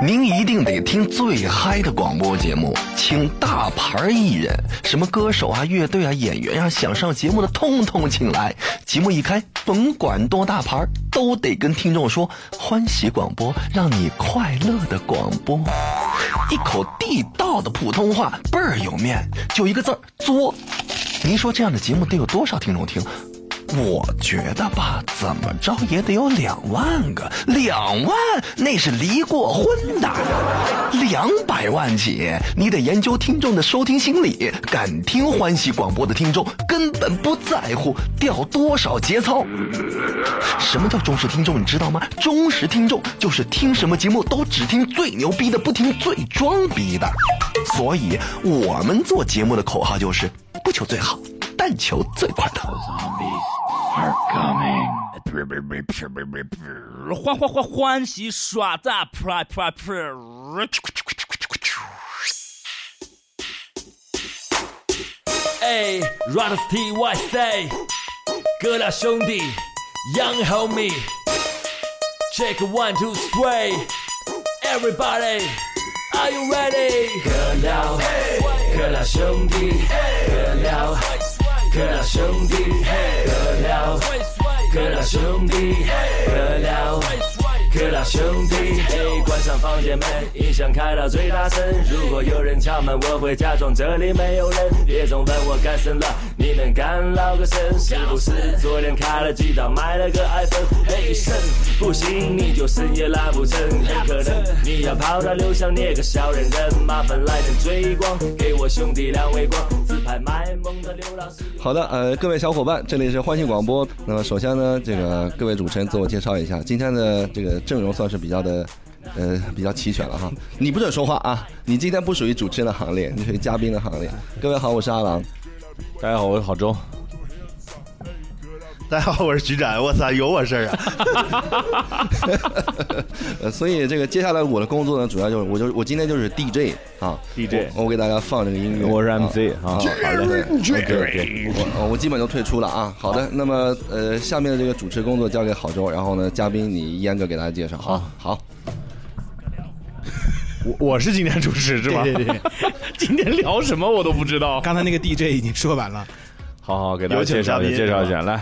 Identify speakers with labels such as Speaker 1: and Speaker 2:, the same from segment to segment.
Speaker 1: 您一定得听最嗨的广播节目，请大牌艺人，什么歌手啊、乐队啊、演员啊，想上节目的通通请来。节目一开，甭管多大牌，都得跟听众说：欢喜广播，让你快乐的广播。一口地道的普通话，倍儿有面，就一个字儿作。您说这样的节目得有多少听众听？我觉得吧，怎么着也得有两万个，两万那是离过婚的，两百万起，你得研究听众的收听心理。敢听欢喜广播的听众根本不在乎掉多少节操。什么叫忠实听众？你知道吗？忠实听众就是听什么节目都只听最牛逼的，不听最装逼的。所以我们做节目的口号就是：不求最好，但求最快乐。
Speaker 2: 欢欢欢欢喜耍大啪啪啪！哎，Riders TYC，哥俩兄弟，Young Homie，Check one two three，Everybody，Are you ready？哥俩，哥俩兄弟，哥俩，哥俩兄弟，哥俩，哥俩兄弟，哥俩。哥俩兄弟，哎，关上房间门，音响开到最大声。如果有人敲门，我会假装这里没有人。别总问我干什么，你们干老个什？是不是昨天开了几档，买了个 iPhone？哎，肾不行，你就深夜拉不成，很可能你要跑到刘翔那个小人人，麻烦来点追光，给我兄弟两围光，自拍卖萌的刘老师。
Speaker 3: 好的，呃，各位小伙伴，这里是欢喜广播。那么首先呢，这个各位主持人自我介绍一下，今天的这个阵容算是比较的，呃，比较齐全了哈。你不准说话啊，你今天不属于主持人的行列，你属于嘉宾的行列。各位好，我是阿郎。
Speaker 4: 大家好，我是郝周。
Speaker 5: 大家好， 我是局长。我操，有我事儿啊！
Speaker 3: 呃，所以这个接下来我的工作呢，主要就是我就我今天就是 DJ 啊
Speaker 4: DJ
Speaker 3: 我我给大家放这个音乐，
Speaker 4: 我是
Speaker 3: 啊
Speaker 4: MC 啊，好 嘞，对对，
Speaker 3: 哎我我基本都退出了啊。好的，那么呃，下面的这个主持工作交给郝周，然后呢，嘉宾你一个给大家介绍。好，好，
Speaker 4: 我我是今天主持是吧？对对对，今天聊什么我都不知道。
Speaker 6: 刚才那个 DJ 已经说完了，
Speaker 4: 好好给大家
Speaker 5: 有请
Speaker 4: 介绍
Speaker 5: 嘉
Speaker 4: 一
Speaker 5: 宾
Speaker 4: 下，介绍一下，来，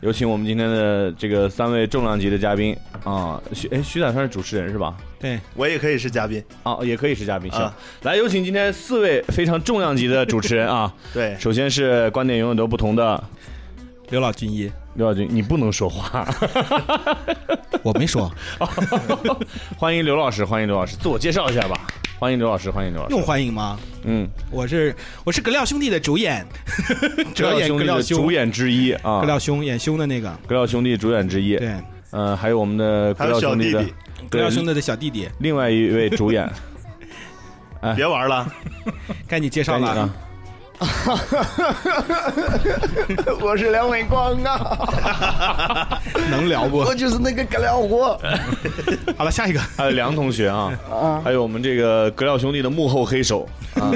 Speaker 4: 有请我们今天的这个三位重量级的嘉宾啊，徐哎徐仔算是主持人是吧？
Speaker 6: 对，
Speaker 5: 我也可以是嘉宾。
Speaker 4: 啊，也可以是嘉宾，行
Speaker 5: 啊，
Speaker 4: 来有请今天四位非常重量级的主持人啊，
Speaker 5: 对，
Speaker 4: 首先是观点永远都不同的
Speaker 6: 刘老军医，
Speaker 4: 刘晓军，你不能说话，
Speaker 6: 我没说，
Speaker 4: 欢迎刘老师，欢迎刘老师，自我介绍一下吧，欢迎刘老师，欢迎刘老师，
Speaker 6: 用欢迎吗？
Speaker 4: 嗯，
Speaker 6: 我是我是格料兄弟的主演，主要演
Speaker 4: 兄弟的主演之一啊
Speaker 6: 格，料兄演兄的那个，
Speaker 4: 格料兄弟主演之一，
Speaker 6: 对，
Speaker 4: 嗯，还有我们的格
Speaker 5: 还有
Speaker 4: 料
Speaker 5: 小
Speaker 4: 兄弟
Speaker 5: 弟
Speaker 4: 的
Speaker 5: 弟，
Speaker 6: 格料
Speaker 4: 对
Speaker 6: 兄弟的小弟弟，
Speaker 4: 另外一位主演，
Speaker 5: 别玩了，
Speaker 6: 该你介绍
Speaker 4: 赶紧
Speaker 6: 了
Speaker 4: 啊。
Speaker 7: 我是梁伟光啊，
Speaker 6: 能聊不？
Speaker 7: 我就是那个葛亮国。
Speaker 6: 好了，下一个，
Speaker 4: 还有梁同学啊，还有我们这个格料兄弟的幕后黑手啊，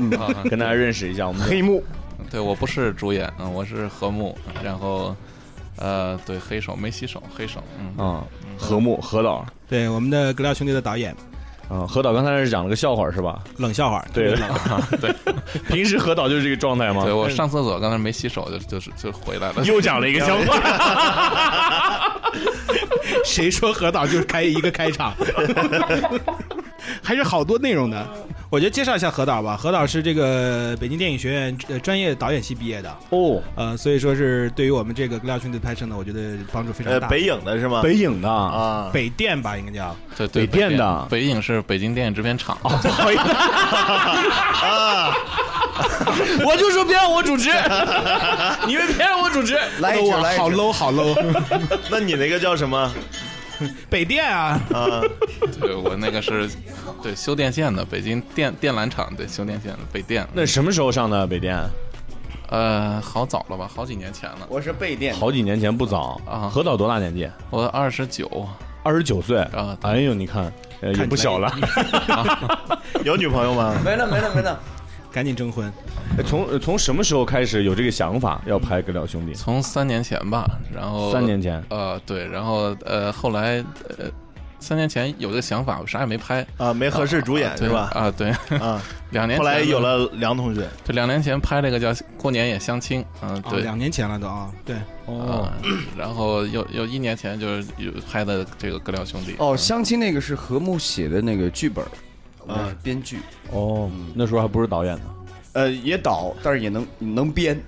Speaker 4: 跟大家认识一下，我们黑幕
Speaker 8: 嗯对，我不是主演，嗯，我是和睦，嗯然后，呃，对，黑手没洗手，黑手，嗯，
Speaker 4: 啊，何木何导
Speaker 6: 对我们的格料兄弟的导演，
Speaker 4: 啊，何导刚才是讲了个笑话是吧？
Speaker 6: 冷笑话，
Speaker 4: 对
Speaker 6: 特别冷，
Speaker 8: 对，
Speaker 4: 平时何导就是这个状态吗嗯
Speaker 8: 对？我上厕所刚才没洗手，就就是就回来了。
Speaker 4: 又讲了一个笑话，
Speaker 6: 谁说何导就是开一个开场， 还是好多内容的。我觉得介绍一下何导吧，何导是这个北京电影学院呃专业导演系毕业的，
Speaker 4: 哦，
Speaker 6: 呃，所以说是对于我们这个格料兄弟的拍摄呢，我觉得帮助非常
Speaker 5: 呃，
Speaker 6: 大。
Speaker 5: 北影的是吗？
Speaker 4: 北影的啊，
Speaker 5: 啊，
Speaker 6: 北电吧，应 该叫
Speaker 8: 对对，
Speaker 4: 北电的哦
Speaker 8: 北影是北京电影制片厂，
Speaker 6: 啊
Speaker 4: 我就说别让我主持，你们别让我主持，
Speaker 7: 来一
Speaker 6: 哇
Speaker 7: 只，来
Speaker 6: 好
Speaker 7: 一只，
Speaker 6: low 好 low，
Speaker 5: 那你那个叫什么
Speaker 6: 北电啊，
Speaker 5: 啊？
Speaker 8: 对我那个是，对修电线的，北京电电缆厂，对修电线的北电，
Speaker 4: 那什么时候上的北电？
Speaker 8: 呃，好早了吧，好几年前了，
Speaker 7: 我是备电。
Speaker 4: 好几年前不早
Speaker 8: 啊
Speaker 4: 何导多大年纪？
Speaker 8: 我二十九，
Speaker 4: 二十九岁
Speaker 8: 啊对
Speaker 4: 哎呦，你看，呃也不小了。
Speaker 5: 有女朋友吗？
Speaker 7: 没了没了没了，
Speaker 6: 赶紧征婚。
Speaker 4: 哎从呃从什么时候开始有这个想法要拍《哥俩兄弟》？
Speaker 8: 从三年前吧，然后
Speaker 4: 三年前
Speaker 8: 呃，对，然后呃，后来呃，三年前有这个想法，我啥也没拍，
Speaker 5: 啊，没合适主演
Speaker 8: 对
Speaker 5: 是吧？
Speaker 8: 啊， 对，
Speaker 5: 啊，
Speaker 8: 两年
Speaker 5: 后来
Speaker 8: 前
Speaker 5: 有，了梁同学，
Speaker 8: 对，两年前拍了一个叫《过年也相亲》，嗯，
Speaker 6: 哦
Speaker 8: 对，
Speaker 6: 两年前了都啊，对，
Speaker 8: 哦，然后又又一年前就是有拍的这个《哥俩兄弟》
Speaker 9: 哦，相亲那个是何木写的那个剧本，我是编剧，
Speaker 4: 啊
Speaker 9: 嗯
Speaker 4: 哦，那时候还不是导演呢，
Speaker 9: 呃，也导，但是也能能编，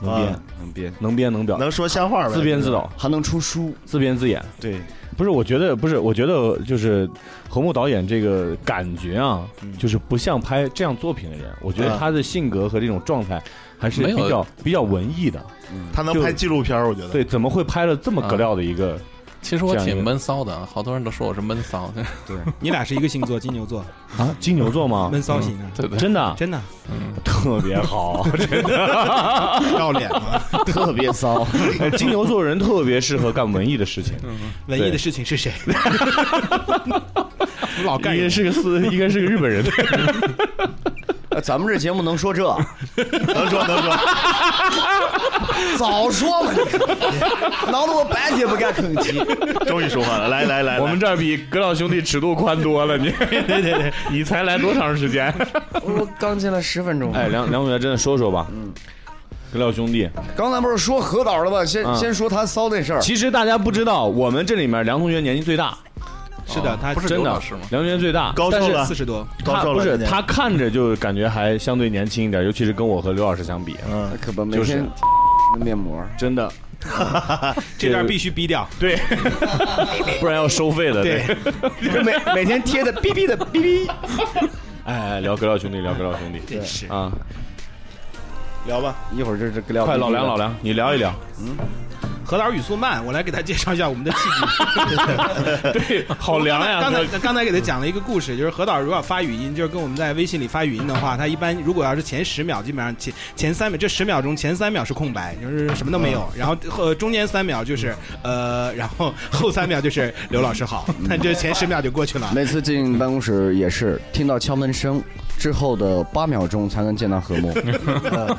Speaker 4: 能编、
Speaker 5: 啊
Speaker 9: 呃能编，
Speaker 4: 能编能表，
Speaker 5: 能说瞎话呗？
Speaker 4: 自编自导
Speaker 9: 还能出书。
Speaker 4: 自编自演。
Speaker 5: 对，
Speaker 4: 不是，我觉得不是，我觉得就是何木导演这个感觉啊，
Speaker 5: 嗯
Speaker 4: 就是不像拍这样作品的人。我觉得
Speaker 5: 啊
Speaker 4: 他的性格和这种状态还是
Speaker 8: 没有
Speaker 4: 比较比较文艺的。
Speaker 6: 嗯
Speaker 5: 他能
Speaker 4: 就
Speaker 5: 拍纪录片儿，我觉得。
Speaker 4: 对，怎么会拍了这么格料的一个？
Speaker 8: 其实我
Speaker 4: 这样一
Speaker 8: 挺
Speaker 4: 个
Speaker 8: 闷骚的，啊好多人都说我是闷骚，
Speaker 6: 你俩是一个星座，金牛座，
Speaker 4: 啊，金牛座吗？嗯
Speaker 6: 闷骚型的，
Speaker 8: 对对，
Speaker 4: 真的啊
Speaker 6: 真的
Speaker 4: 特别 好，真
Speaker 6: 要脸 吗？
Speaker 9: 特 别骚，
Speaker 4: 的，哎金牛座人特别适合干文艺的事情。
Speaker 6: 嗯文艺的事情是谁？老干
Speaker 4: 应该是个四，应该是个日本 人。
Speaker 9: 呃咱们这节目能说 这，
Speaker 5: 能说能说，
Speaker 9: 早说嘛，你挠得我半天不敢吭气。
Speaker 5: 终于说话了，来来来，
Speaker 4: 我们
Speaker 5: 来
Speaker 4: 这儿比葛老兄弟尺度宽多了，你 对对对，你才来多长时间？
Speaker 9: 我刚进来十分钟，
Speaker 4: 哎，梁梁同学，真的说说吧，嗯，葛老兄弟，
Speaker 9: 刚才不是说何导了吗？先
Speaker 4: 嗯
Speaker 9: 先说他骚那事儿，
Speaker 4: 其实大家不知道，我们这里面梁同学年纪最大，哦
Speaker 6: 是的，他
Speaker 8: 不是
Speaker 4: 真
Speaker 8: 刘
Speaker 4: 的
Speaker 8: 老师吗，
Speaker 4: 梁同学最大，
Speaker 5: 高
Speaker 4: 但
Speaker 5: 寿
Speaker 4: 是
Speaker 5: 了
Speaker 6: 四，十多，
Speaker 5: 高
Speaker 4: 他
Speaker 5: 寿
Speaker 4: 不
Speaker 5: 了，
Speaker 4: 是
Speaker 5: 今年
Speaker 4: 他看着就感觉还相对年轻一点，尤其是跟我和刘老师相比，
Speaker 5: 嗯，
Speaker 9: 可不每
Speaker 4: 就是
Speaker 9: 天面膜。
Speaker 4: 真的，
Speaker 6: 这段必须逼掉。
Speaker 4: 对， 不然要收费的。
Speaker 6: 对，
Speaker 9: 每每天贴的哔哔的哔哔，
Speaker 4: 哎，聊葛老兄弟，聊葛老兄弟，
Speaker 6: 真是
Speaker 4: 啊，
Speaker 5: 聊吧，
Speaker 9: 一会儿这这个料。
Speaker 4: 快老梁老梁，你聊一聊。
Speaker 6: 何导语速慢，我来给他介绍一下我们的契机。
Speaker 4: 对，好凉呀！
Speaker 6: 刚才
Speaker 4: 这
Speaker 6: 刚才给他讲了一个故事，就是何导如果要发语音，就是跟我们在微信里发语音的话，他一般如果要是前十秒，基本上前前三秒这十秒钟前三秒是空白，就是什么都
Speaker 4: 嗯
Speaker 6: 没有，然后呃中间三秒就是呃，然后后三秒就是刘老师好，
Speaker 4: 嗯
Speaker 6: 但这前十秒就过去了。
Speaker 9: 每次进办公室也是听到敲门声之后的八秒钟才能见到何 木。
Speaker 5: 嗯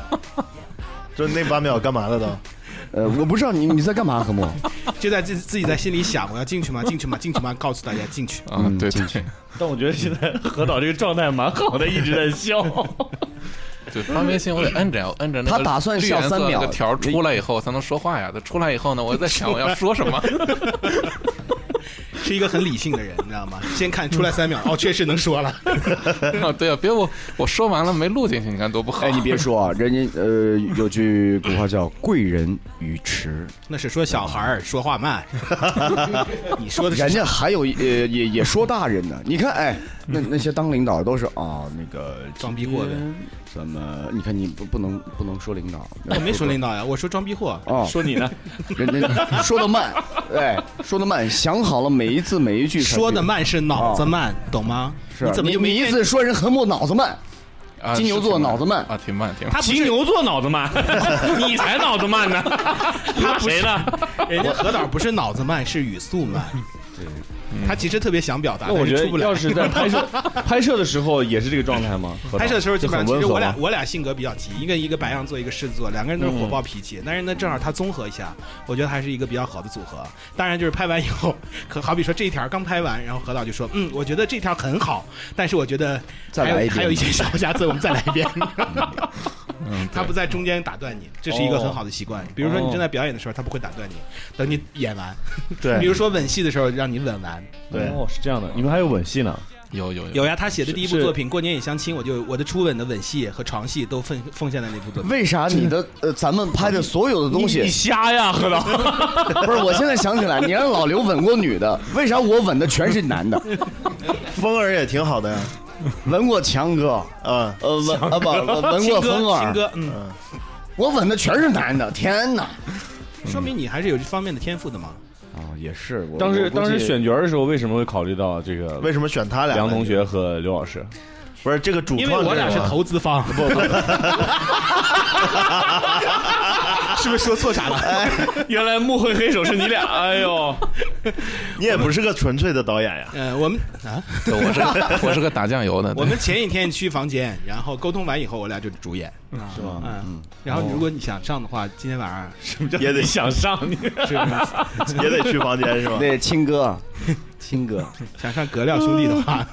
Speaker 5: 就那八秒干嘛了都？
Speaker 9: 呃，我不知道你你在干嘛，何 木？
Speaker 6: 就在自自己在心里想，我要进去吗？进去吗？进去吗？告诉大家进去。
Speaker 8: 啊，对对对，
Speaker 4: 但我觉得现在何导这个状态蛮好的，一直在笑。
Speaker 8: 对，发微信我得摁着呀，我摁着那个
Speaker 9: 他打算
Speaker 8: 绿
Speaker 9: 笑
Speaker 8: 颜色
Speaker 9: 三秒
Speaker 8: 那个条儿出来以后才能说话呀。他出来以后呢，我在想我要说 什么。
Speaker 6: 是一个很理性的人，你知道吗？ 先看出来三秒，哦，确实能说了。
Speaker 8: 啊对啊，别我我说完了没录进去，你看多不好。
Speaker 9: 哎，你 别说啊，人家呃有句古话叫“贵人语迟
Speaker 6: 那是说小孩儿
Speaker 4: 嗯
Speaker 6: 说 话慢，你”，说的
Speaker 9: 人
Speaker 6: 是
Speaker 9: 家还有一呃也也说大人呢。你看，哎，那那些当领导都是啊，那个
Speaker 6: 装逼货呗。
Speaker 9: 怎么？你看你不不能不能说领导，
Speaker 6: 我没说领导呀，我说装逼货。
Speaker 9: 哦，
Speaker 4: 说你呢？
Speaker 9: 人家说的慢，哎，说的慢，想好了每一字每一句，
Speaker 6: 说的，慢是脑子慢，懂吗？
Speaker 9: 是
Speaker 6: 你怎么就
Speaker 9: 你
Speaker 6: 没
Speaker 9: 一次说人何木脑子慢？
Speaker 8: 啊
Speaker 9: 金牛座
Speaker 8: 是挺
Speaker 9: 脑子慢
Speaker 8: 啊，挺慢挺慢。
Speaker 6: 他不
Speaker 4: 金
Speaker 6: 是
Speaker 4: 牛座脑子 慢，你才脑子慢呢。他谁呢？
Speaker 6: 人家何导不是脑子慢，是语 速慢。他其实特别想表达，
Speaker 4: 那我
Speaker 6: 但
Speaker 4: 觉
Speaker 6: 是
Speaker 4: 得
Speaker 6: 出不了
Speaker 4: 要。是在拍摄拍摄的时候也是这个状态吗？何导
Speaker 6: 拍摄的时候基
Speaker 4: 就
Speaker 6: 本
Speaker 4: 很
Speaker 6: 上，其
Speaker 4: 温
Speaker 6: 实我
Speaker 4: 和
Speaker 6: 俩
Speaker 4: 吗。
Speaker 6: 我俩性格比较急，一个一个白羊座，一个狮子座，两个人都是火爆脾气。但是呢，正好他综合一下，我觉得还是一个比较好的组合。当然，就是拍完以后，可好比说这一条刚拍完，然后何导就说：“嗯，我觉得这条很好，但是我觉得
Speaker 9: 再
Speaker 6: 还有
Speaker 9: 来一遍
Speaker 6: 还有一些小瑕疵，我们再来一遍。
Speaker 8: 嗯，对
Speaker 6: 他不在中间打断你，这是一个很好的习惯。比如说你正在表演的时候，他不会打断你，等你演完。 比
Speaker 5: 对
Speaker 6: 如说吻戏的时候，让你吻完。
Speaker 5: 对
Speaker 4: 哦，是这样的，你们还有吻戏呢。
Speaker 8: 有有有
Speaker 6: 有呀，他写的第一部
Speaker 4: 是
Speaker 6: 作品《过年也相亲》，我就我的初吻的吻戏和床戏都奉奉献在那部作品。
Speaker 9: 为啥你的呃咱们拍的所有的东西
Speaker 4: 你瞎呀，何导？
Speaker 9: 不是，我现在想起来，你让老刘吻过女的，为啥我吻的全是男的？
Speaker 5: 风儿也挺好的呀，
Speaker 9: 吻过强哥，
Speaker 5: 啊，
Speaker 9: 呃吻啊不吻吻过
Speaker 6: 新
Speaker 9: 风
Speaker 6: 哥，新
Speaker 9: 儿，
Speaker 6: 哥，嗯，
Speaker 9: 我吻的全是男的，天哪！
Speaker 6: 说明你还是有这方面的天赋的嘛。
Speaker 9: 哦，也是，我
Speaker 4: 当时当时，
Speaker 9: 我估计
Speaker 4: 选角的时候为什么会考虑到这个
Speaker 5: 为什么选他俩呢？
Speaker 4: 梁同学和刘老师？
Speaker 5: 不是这个主
Speaker 6: 因
Speaker 5: 创
Speaker 6: 为
Speaker 5: 阵容啊，
Speaker 6: 我俩是投资方，不 不，是不是说错啥
Speaker 5: 哎
Speaker 6: 了？
Speaker 4: 原来幕后黑手是你俩，哎呦，
Speaker 5: 你也不是个纯粹的导演呀，
Speaker 6: 呃，我们啊，
Speaker 8: 对我是我是个打酱油的，对
Speaker 6: 我们前一天去房间，然后沟通完以后，我俩就主演，是吗？嗯，然后如果你想上的话，今天晚上
Speaker 5: 也得
Speaker 4: 想上你。
Speaker 6: 是
Speaker 5: 也得去房间是吧？
Speaker 9: 对亲哥，
Speaker 6: 亲哥，想上格料兄弟的话，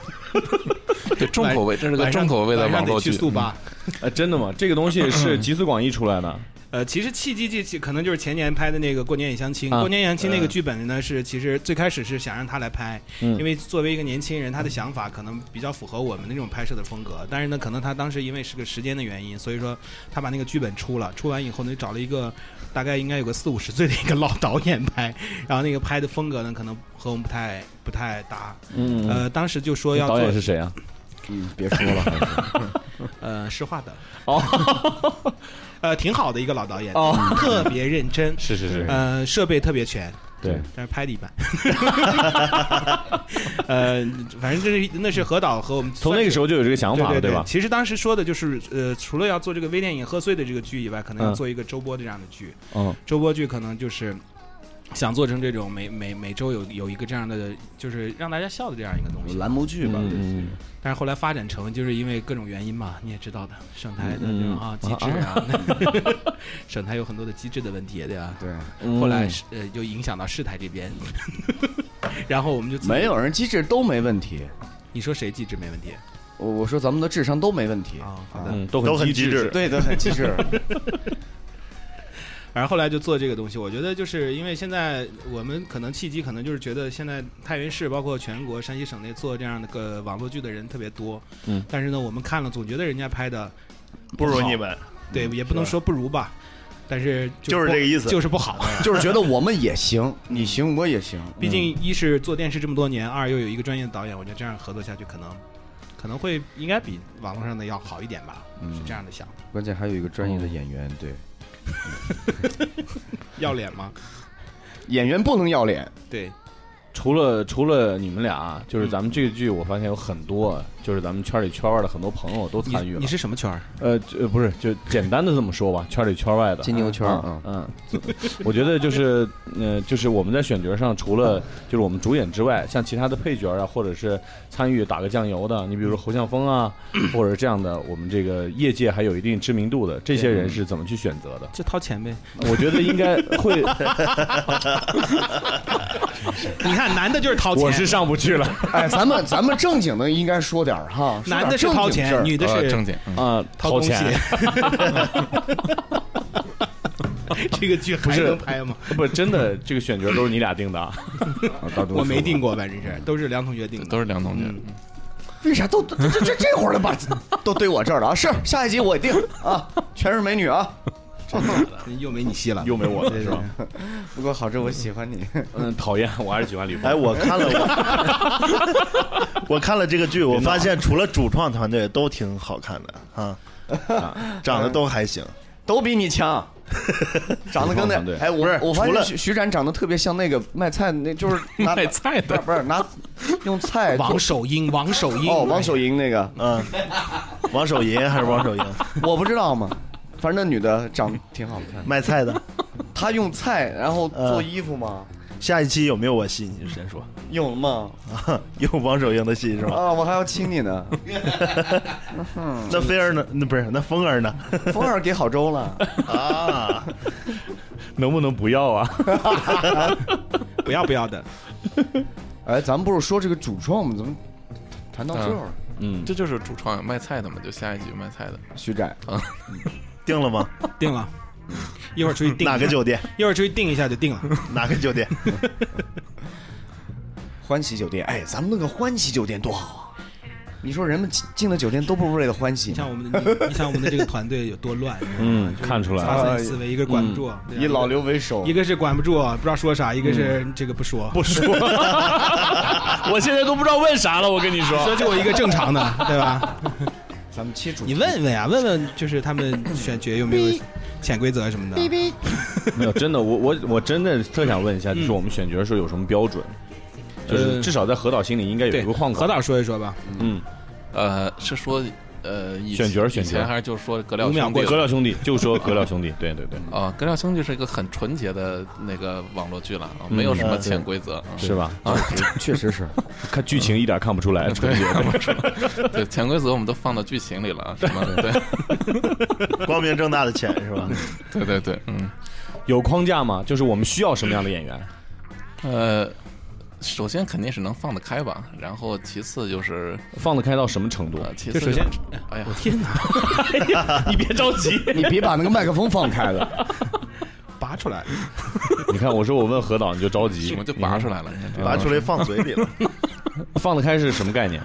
Speaker 8: 对重口 味，这是个
Speaker 6: 晚上
Speaker 8: 重口味的
Speaker 6: 晚上
Speaker 8: 网
Speaker 6: 得
Speaker 8: 络
Speaker 6: 去
Speaker 8: 剧。
Speaker 6: 速八。
Speaker 4: 呃，真的吗？这个东西 是集思广益出来的。
Speaker 6: 呃，其实契机这期可能就是前年拍的那个《过年也相亲》。
Speaker 4: 啊
Speaker 6: 过年也相亲那个剧本呢，是其实最开始是想让他来拍，
Speaker 4: 嗯
Speaker 6: 因为作为一个年轻人，他的想法可能比较符合我们那种拍摄的风格。但是呢，可能他当时因为是个时间的原因，所以说他把那个剧本出了，出完以后呢，找了一个大概应该有个四五十岁的一个老 导演拍，然后那个拍的风格呢，可能和我们不太不太搭。
Speaker 4: 嗯，
Speaker 6: 呃，当时就说要
Speaker 4: 导演
Speaker 6: 做
Speaker 4: 是谁啊？
Speaker 9: 嗯，别说了，
Speaker 6: 呃石化的，
Speaker 4: 哦，
Speaker 6: 呃挺好的一个老导演，
Speaker 4: 哦
Speaker 6: 特别认真，
Speaker 4: 是是是，
Speaker 6: 呃设备特别全。
Speaker 4: 对，
Speaker 6: 但是拍的一般。 呃，反正这是那是何导和我们
Speaker 4: 从那个时
Speaker 6: 候。
Speaker 4: 候就有这个想
Speaker 6: 对
Speaker 4: 法
Speaker 6: 对
Speaker 4: 了，吧？
Speaker 6: 其实当时说的就是，呃，除了要做这个微电影《贺岁》的这个剧以外，可能要
Speaker 4: 嗯
Speaker 6: 做一个周播的这样的剧。
Speaker 4: 嗯，
Speaker 6: 周播剧可能就是想做成这种每每每周有有一个这样的，就是让大家笑的这样一个东西。
Speaker 9: 栏目剧吧，
Speaker 4: 嗯
Speaker 6: 但是后来发展成，就是因为各种原因嘛，你也知道的，省台的那种啊
Speaker 4: 嗯
Speaker 6: 机制啊， 省台有很多的机制的问题，对吧？
Speaker 9: 对，
Speaker 4: 嗯
Speaker 6: 后来是呃，就影响到市台这边， 然后我们就自己
Speaker 9: 没有人机制都没问题。
Speaker 6: 你说谁机制没问题
Speaker 9: 我我说咱们的智商都没问题，
Speaker 6: 啊？好的。
Speaker 4: 嗯都
Speaker 5: 都
Speaker 4: 很
Speaker 5: 很
Speaker 4: 机
Speaker 5: 机智
Speaker 9: 对的，很机 智。
Speaker 6: 然后后来就做这个东西，我觉得就是因为现在我们可能契机，可能就是觉得现在太原市包括全国山西省内做这样的个网络剧的人特别多，
Speaker 4: 嗯，
Speaker 6: 但是呢，我们看了总觉得人家拍的，
Speaker 5: 不如你们，嗯
Speaker 6: 对，也不能说不如吧，但是
Speaker 5: 就是
Speaker 6: 不
Speaker 5: 这个意思
Speaker 6: 就是不好。
Speaker 9: 就是觉得我们也行，你行我也
Speaker 5: 嗯
Speaker 9: 行，
Speaker 6: 毕竟一是做电视这么多年，二又有一个专业的导演，我觉得这样合作下去可能可能会应该比网络上的要好一点吧，
Speaker 5: 嗯
Speaker 6: 是这样的想。
Speaker 9: 嗯关键还有一个专业的演员，对，
Speaker 6: 要脸吗？
Speaker 9: 演员不能要脸，嗯
Speaker 6: 对，
Speaker 4: 除了除了你们俩啊，就是咱们这个剧，我发现有很多，啊就是咱们圈里圈外的很多朋友都
Speaker 6: 你
Speaker 4: 参与了
Speaker 6: 你。是什么圈儿？
Speaker 4: 呃，就呃不是，就简单的这么说吧，圈里圈外的。
Speaker 9: 金牛圈儿
Speaker 4: 嗯
Speaker 9: 嗯
Speaker 4: 嗯， 我觉得就是，呃，就是我们在选角上，除 了就是我们主演之外，像其他的配角啊，或者是参与打个酱油的，你比如说侯向峰 啊，或者这样的，我们这个业界还有一定知名度的，这些人是怎么去选择的？
Speaker 6: 就掏钱呗。
Speaker 4: 我觉得应该会，
Speaker 6: 你看，男的就是掏钱，
Speaker 4: 我是上不去了
Speaker 9: 哎，咱们咱们正经的应该说点儿哈，
Speaker 6: 男的是
Speaker 9: 说点
Speaker 6: 掏
Speaker 9: 正经事
Speaker 6: 钱，
Speaker 9: 儿
Speaker 6: 女的
Speaker 8: 呃
Speaker 6: 是
Speaker 8: 正经，嗯
Speaker 4: 啊，掏
Speaker 6: 东西
Speaker 4: 钱。。
Speaker 6: 这个剧还
Speaker 4: 是
Speaker 6: 能拍吗？
Speaker 4: 不，真的，这个选角都是你俩定的啊。
Speaker 9: 啊大多数
Speaker 6: 我没定过，反正是都是梁同学定的。
Speaker 8: 都是梁同学。
Speaker 6: 嗯
Speaker 9: 为啥都这这这这会儿了吧，都堆我这儿了啊？是下一集我定啊，全是美女啊。
Speaker 6: 又没你戏了，
Speaker 4: 又没我了
Speaker 6: 对
Speaker 4: 是吧？
Speaker 6: 对对
Speaker 9: 不过好这我喜欢你，
Speaker 4: 嗯，讨厌，我还是喜欢李
Speaker 5: 哎，
Speaker 4: 鹏。
Speaker 5: 我看了我，我看了这个剧，我发现除了主创团队都挺好看的啊，
Speaker 4: 啊
Speaker 5: 长得都还行。
Speaker 9: 都比你强，长得
Speaker 4: 长
Speaker 9: 跟那
Speaker 4: 得
Speaker 9: 哎，我我发
Speaker 5: 除了
Speaker 9: 现徐徐展长得特别像那个卖菜那，就是拿
Speaker 8: 卖菜的
Speaker 9: 不是拿 用菜做
Speaker 6: 王守英，王守英，
Speaker 9: 哦，王守银那个
Speaker 5: 嗯， 王守银 还是王守银
Speaker 9: 我不知道嘛，反正那女的长得挺好看，
Speaker 5: 卖菜的。
Speaker 9: 她用菜然后做
Speaker 5: 呃
Speaker 9: 衣服嘛，
Speaker 5: 下一期有没有我戏？你先说。
Speaker 9: 有嘛
Speaker 5: 有王守英的戏是吧？
Speaker 9: 啊，我还要亲你呢，
Speaker 5: 那菲儿呢？那不是那风儿呢？
Speaker 9: 风儿给好粥了，
Speaker 5: 啊，
Speaker 4: 能不能不要啊？
Speaker 6: 不要不要的，
Speaker 9: 哎，咱们不是说这个主创吗？怎么谈到这儿了？
Speaker 4: 嗯，
Speaker 8: 这就是主创卖菜的嘛，就下一集卖菜的。
Speaker 9: 徐展，
Speaker 5: 嗯定了吗？
Speaker 6: 定了。一会儿出去定
Speaker 5: 哪个酒店？
Speaker 6: 一会儿出去定一下就定了。
Speaker 5: 哪个 酒店？
Speaker 9: 欢喜酒店，哎，咱们弄个欢喜酒店多好啊！你说人们进进了酒店都不是为了欢喜
Speaker 6: 你，像我们的，你你像我们的这个团队有多乱，你知道吗
Speaker 4: 嗯
Speaker 6: 就是
Speaker 4: 看出来了
Speaker 6: 发散思维，一个管不住，对吧
Speaker 9: 嗯以老刘为
Speaker 4: 哦
Speaker 9: 首
Speaker 6: 一，个是管不住，不知道说啥；一个是这个不说，不说，
Speaker 4: 我现在都不知道问啥了，我跟你说。
Speaker 6: 说就我一个正 常的，对吧？
Speaker 9: 咱们切主
Speaker 6: 你问问啊，问问就是他们选角有没有潜规则什么的。
Speaker 4: 没有，真的，我我我真的特想问一下，就是我们选角的时候有什么标准？就是
Speaker 6: 嗯呃
Speaker 4: 至少在何导心里应该有
Speaker 6: 对
Speaker 4: 一个框，
Speaker 6: 何
Speaker 4: 框。
Speaker 6: 导说一说吧，嗯
Speaker 4: 嗯，
Speaker 8: 呃，是说呃以
Speaker 4: 选角选
Speaker 8: 以前
Speaker 4: 角
Speaker 8: 还是就说格料
Speaker 6: 五秒
Speaker 8: 兄弟
Speaker 6: 过
Speaker 8: 了
Speaker 4: 格料兄弟就说格料兄弟，对对对，
Speaker 8: 啊，《格料兄弟》是一个很纯洁的那个网络剧了，啊 没有什么潜规则，啊
Speaker 4: 嗯是？吧？
Speaker 8: 啊，
Speaker 9: 确实是，
Speaker 4: 看剧情一点看不出来，纯洁的
Speaker 8: 对，对，潜规则我们都放到剧情里了，啊，是 吗？对，
Speaker 5: 光明正大的钱是吧？
Speaker 8: 对对对，嗯，
Speaker 4: 有框架吗？就是我们需要什么样的演员？
Speaker 8: 呃，首先肯定是能放得开吧，然后其次就是呃
Speaker 4: 放得开到什么程度？
Speaker 8: 其
Speaker 4: 就
Speaker 8: 次
Speaker 4: 首先
Speaker 8: 就，哎呀，
Speaker 4: 天哪！你别着急，
Speaker 9: 你别把那个麦克风放开了，
Speaker 6: 拔出来，
Speaker 4: 你看我说我问何导你就着急，嗯
Speaker 8: 什么就拔出来了，你看这
Speaker 5: 拔出来放嘴里了，
Speaker 4: 放得开是什么概 念？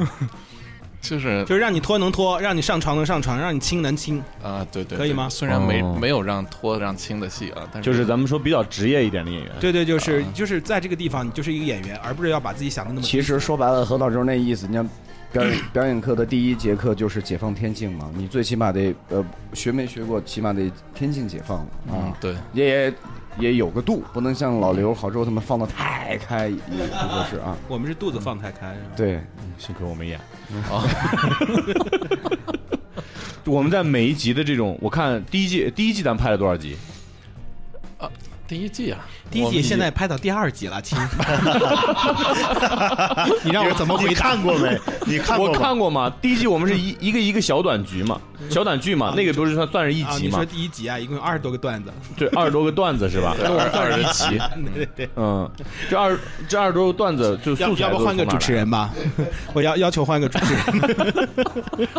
Speaker 8: 就是
Speaker 6: 就是让你拖能拖，让你上床能上床，让你亲能亲。
Speaker 8: 啊，对对，
Speaker 6: 可以
Speaker 8: 对
Speaker 6: 吗
Speaker 8: 虽然没
Speaker 4: 哦
Speaker 8: 没有让拖让亲的戏啊，但是啊
Speaker 4: 就是咱们说比较职业一点的演员，
Speaker 6: 对对，就是就是在这个地方，你就是一个演员，而不是要把自己想的那么。
Speaker 9: 其实说白了，何导就是那意思。你看，表演表演课的第一节课就是解放天性嘛，你最起码得呃学没学过，起码得天性解放了
Speaker 8: 嗯
Speaker 9: 啊，，
Speaker 8: 对，
Speaker 9: 也也有个度，不能像老刘、郝周他们放的太开，也不合适啊。
Speaker 6: 我们是肚子放太开，是吧
Speaker 9: 对，
Speaker 4: 嗯幸亏我没演。
Speaker 6: 嗯
Speaker 4: 啊
Speaker 8: 哦
Speaker 4: 我们在每一集的这种，我看第一季第一季咱们拍了多少集？
Speaker 8: 第一季啊，
Speaker 6: 第一
Speaker 8: 我们
Speaker 6: 季现在拍到第二季了，亲。啊
Speaker 5: 你让我怎么回？你看过没？你看
Speaker 4: 我
Speaker 5: 过吗？
Speaker 4: 看过嘛，第一季我们是一一个一个小短剧嘛，小短剧嘛，那个不是算算是一
Speaker 6: 啊，
Speaker 4: 集
Speaker 6: 你说
Speaker 4: 嘛？
Speaker 6: 第一集啊，一共有二十多个段子，
Speaker 4: 对，二十多个段子是吧？
Speaker 8: 二二人集，
Speaker 4: 嗯，这二这二十多个段子就
Speaker 6: 要
Speaker 4: 素材
Speaker 6: 要不
Speaker 4: 都是
Speaker 6: 换个
Speaker 4: 从哪
Speaker 6: 主持人吧？我要要求换个主持人。
Speaker 4: 来的？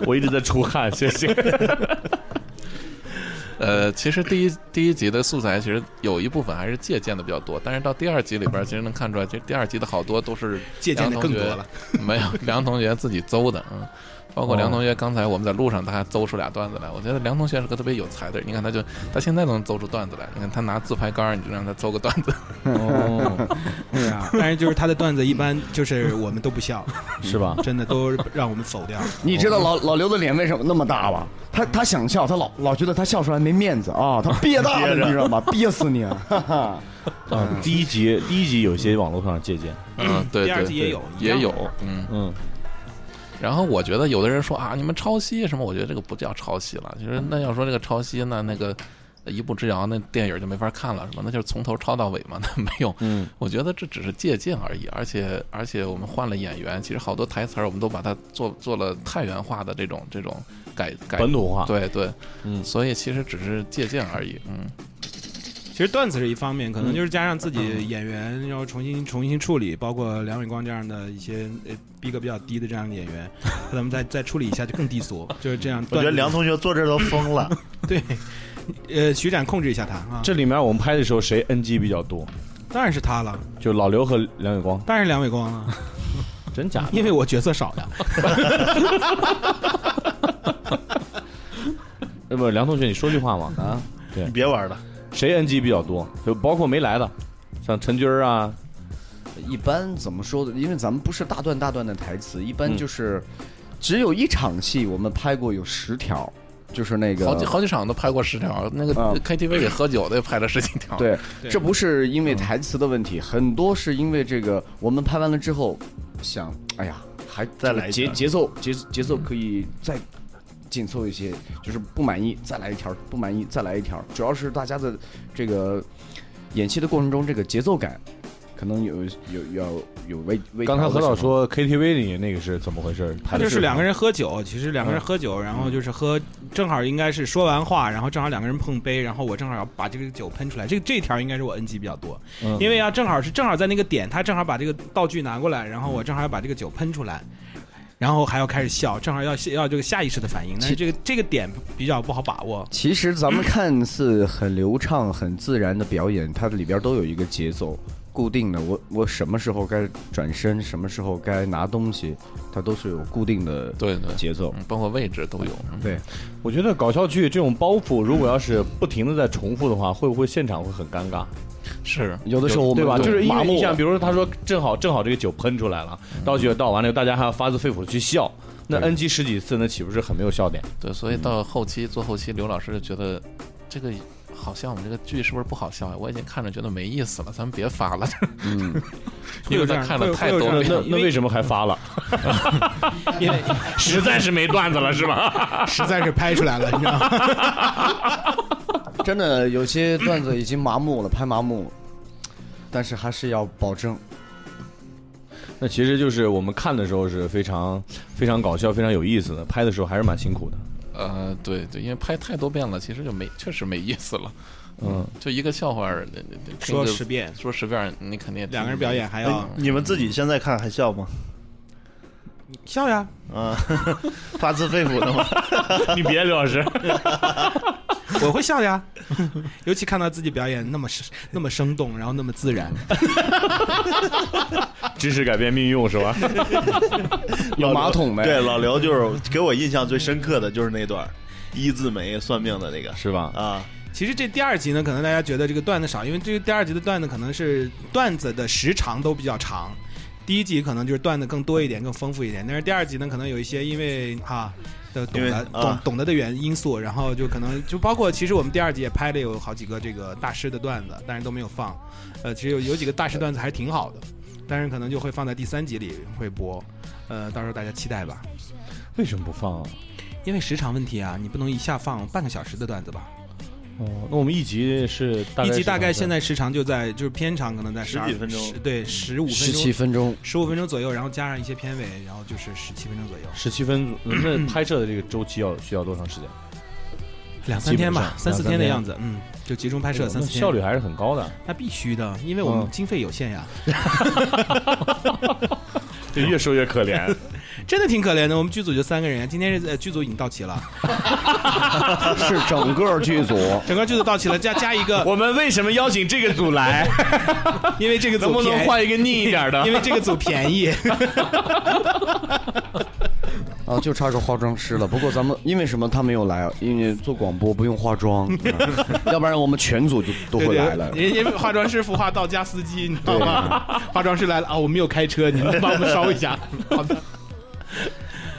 Speaker 4: 我一直在出汗，谢谢。
Speaker 8: 呃，其实第一第一集的素材其实有一部分还是借鉴的比较多，但是到第二集里边，其实能看出来，其实第二集的好多都是
Speaker 6: 借鉴的
Speaker 8: 梁
Speaker 6: 更
Speaker 8: 同
Speaker 6: 多
Speaker 8: 学
Speaker 6: 了，
Speaker 8: 没有梁同学自己诌的，嗯。包括梁
Speaker 6: 哦
Speaker 8: 同学，刚才我们在路上，他还诌出俩段子来。我觉得梁同学是个特别有才的人，你看他就他现在都能诌出段子来。你看他拿自拍杆儿，你就让他诌个段子。
Speaker 4: 哦，
Speaker 6: 对啊，但是就是他的段子一般就是我们都不笑，
Speaker 4: 是吧？
Speaker 6: 真的都让我们否掉。
Speaker 9: 你知道老老刘的脸为什么那么大吧？他他想笑，他老老觉得他笑出来没面子啊，他憋大
Speaker 5: 憋
Speaker 9: 了，
Speaker 5: 着
Speaker 9: 你知道吗？憋死你啊！哈 哈，
Speaker 4: 嗯第一集第一集有些网络上借鉴，
Speaker 8: 嗯，对，
Speaker 6: 第二
Speaker 8: 对
Speaker 6: 季也
Speaker 8: 对
Speaker 6: 有一样
Speaker 8: 也有，嗯。
Speaker 4: 嗯，
Speaker 8: 然后我觉得有的人说啊，你们抄袭什么？我觉得这个不叫抄袭了。就是那要说这个抄袭，那那个呃一步之遥，那电影就没法看了，是吧？那就是从头抄到尾嘛，那没有。嗯，我觉得这只是借鉴而已，而且而且我们换了演员，其实好多台词儿我们都把它做做了太原话的这种这种改改
Speaker 4: 本土化
Speaker 8: 对对，
Speaker 4: 嗯
Speaker 8: 所以其实只是借鉴而已，嗯。
Speaker 6: 其实段子是一方面，可能就是加上自
Speaker 4: 嗯
Speaker 6: 己演员要重新重新处理，包括梁伟光这样的一些呃逼格比较低的这样的演员， 咱们再再处理一下就更低俗，就是这样。
Speaker 5: 我觉得
Speaker 6: 段子
Speaker 5: 梁同学坐这儿都疯了，
Speaker 6: 对，呃，徐展控制一下他啊，
Speaker 4: 这里面我们拍的时候谁 NG 比较多？
Speaker 6: 当然是他了，
Speaker 4: 就老刘和梁伟光，
Speaker 6: 当然是梁伟光了，
Speaker 4: 真假的？
Speaker 6: 因为我角色少呀。
Speaker 4: 呃不，梁同学，你说句话嘛？啊，
Speaker 5: 你别玩了。
Speaker 4: 谁 NG 比较多？就包括没来的，像陈军儿啊，
Speaker 9: 一般怎么说的？因为咱们不是大段大段的台词，一般
Speaker 4: 嗯
Speaker 9: 就是只有一场戏我们拍过有十条，就是那个
Speaker 8: 好几好几场都拍过十条，那个
Speaker 9: 啊
Speaker 8: KTV 里喝酒的也拍了十几条。，嗯
Speaker 9: 对，
Speaker 6: 对
Speaker 9: 这不是因为台词的问题，很多是因为这个我们拍完了之后想，哎呀，还
Speaker 5: 再来一
Speaker 9: 节
Speaker 5: 条
Speaker 9: 节奏节节奏可以再紧凑一些，就是不满意再来一条，不满意再来一条，主要是大家的这个演戏的过程中这个节奏感。可能有有要有微微调
Speaker 4: 刚
Speaker 9: 的
Speaker 4: 才
Speaker 9: 时候。
Speaker 4: 何导说 KTV 里那个是怎么回事？
Speaker 6: 他
Speaker 4: 他
Speaker 6: 就是两个人喝酒，其实两个人喝酒，然后就是喝，正好应该是说完话，然后正好两个人碰杯，然后我正好要把这个酒喷出来，这这条应该是我 NG 比较多，
Speaker 4: 嗯
Speaker 6: 因为要正好是正好在那个点，他正好把这个道具拿过来，然后我正好要把这个酒喷出来。然后还要开始笑，正好要要这个下意识的反应，但是这个这个点比较不好把握。
Speaker 9: 其实咱们看似很流畅、很自然的表演，它里边都有一个节奏固定的。我我什么时候该转身，什么时候该拿东西，它都是有固定的
Speaker 8: 对对
Speaker 9: 节奏。
Speaker 8: 嗯，包括位置都有。嗯
Speaker 9: 对，
Speaker 4: 我觉得搞笑剧这种包袱，如果要是不停的在重复的话，会不会现场会很尴尬？
Speaker 8: 是
Speaker 9: 有的时候我们
Speaker 4: 对吧？就是因
Speaker 9: 麻
Speaker 4: 为
Speaker 9: 木
Speaker 4: 你想，
Speaker 9: 了
Speaker 4: 比如说他说正好正好这个酒喷出来了，
Speaker 8: 嗯
Speaker 4: 倒酒倒完了，大家还要发自肺腑的去笑，那 NG 十几次，那岂不是很没有笑点？
Speaker 8: 对，所以到后期做后期，刘老师就觉得这个好像我们这个剧是不是不好笑呀？我已经看着觉得没意思了，咱们别发了。 因为他看了太多
Speaker 4: 那
Speaker 8: 遍
Speaker 4: 那
Speaker 8: 了。
Speaker 4: 那为什么还发 了？
Speaker 6: 因为
Speaker 4: 实在是没段子了，是吧？
Speaker 6: 实在是拍出来了，你知道吗？
Speaker 9: 真的有些段子已经麻木了，拍麻木了，但是还是要保证。
Speaker 4: 那其实就是我们看的时候是非常非常搞笑、非常有意思的，拍的时候还是蛮辛苦的。
Speaker 8: 呃，对对，因为拍太多遍了，其实就没确实没意思了。
Speaker 4: 嗯，
Speaker 8: 就一个笑话儿，那那那听
Speaker 6: 说
Speaker 8: 个
Speaker 6: 十遍
Speaker 8: 说十遍儿，你肯定也听
Speaker 6: 两个人
Speaker 8: 不
Speaker 6: 表
Speaker 8: 懂
Speaker 6: 演还
Speaker 5: 哎
Speaker 6: 要
Speaker 5: 你们自己现在看还笑吗？
Speaker 6: 笑呀，
Speaker 5: 啊，发自肺腑的吗？
Speaker 4: 你别刘老师，
Speaker 6: 我会笑呀， 尤其看到自己表演那么生那么生动，然后那么自然，
Speaker 4: 知识改变命运是吧？
Speaker 9: 有马桶呗。
Speaker 5: 对，老刘就是给我印象最深刻的就是那段儿一字眉算命的那个
Speaker 4: 是吧？
Speaker 5: 啊，
Speaker 6: 其实这第二集呢，可能大家觉得这个段子少，因为这个第二集的段子可能是段子的时长都比较长。第一集可能就是段子更多一点，更丰富一点，但是第二集呢，可能有一些因为哈的懂
Speaker 5: 因为
Speaker 6: 得
Speaker 5: 啊
Speaker 6: 懂懂得的原因素，然后就可能就包括其实我们第二集也拍了有好几个这个大师的段子，但是都没有放。呃，其实有有几个大师段子还是挺好的，但是可能就会放在第三集里会播。呃，到时候大家期待吧，
Speaker 4: 为什么不放啊？
Speaker 6: 因为时长问题啊，你不能一下放半个小时的段子吧？
Speaker 4: 哦，那我们一集是大概
Speaker 6: 一集
Speaker 4: 是
Speaker 6: 大概
Speaker 4: 多少
Speaker 6: 现在时长就在就是片长可能在
Speaker 5: 十
Speaker 6: 12
Speaker 5: 几分钟
Speaker 6: 10对，十五
Speaker 9: 十
Speaker 6: 分
Speaker 9: 七
Speaker 6: 钟，
Speaker 9: 分钟，
Speaker 6: 十五分钟左右，然后加上一些片尾，然后就是十七分钟左右，
Speaker 4: 十七分左右，那拍摄的这个周期要需要多长时间？
Speaker 6: 两三天吧，
Speaker 4: 基本
Speaker 6: 三
Speaker 4: 上
Speaker 6: 四天的样子，嗯，就集中拍摄三
Speaker 4: 哦那
Speaker 6: 四天，
Speaker 4: 效率还是很高的。
Speaker 6: 那必须的，因为我们
Speaker 4: 嗯
Speaker 6: 经费有限呀，
Speaker 4: 对，越说越可怜。
Speaker 6: 真的挺可怜的。我们剧组就三个人呀，今天是呃剧组已经到齐了，
Speaker 9: 是整个剧组。
Speaker 6: 整个剧组到齐了，加加一 个，
Speaker 4: 我们为什么邀请这个组来？
Speaker 6: 因为这个
Speaker 4: 能
Speaker 6: 组
Speaker 4: 不能
Speaker 6: 便
Speaker 4: 换一个腻一点的
Speaker 6: 宜，因？为这个组 便宜，
Speaker 9: 啊，就差个化妆师了。不过咱们因为什么他没有来？啊因为做广播不用化 妆，要不然我们全组就都
Speaker 6: 对
Speaker 9: 会
Speaker 6: 对
Speaker 9: 来了。
Speaker 6: 人家化妆师服化道加司机，你知道吗？化妆师来了啊，我们有开车，你们帮我们捎一下，好的。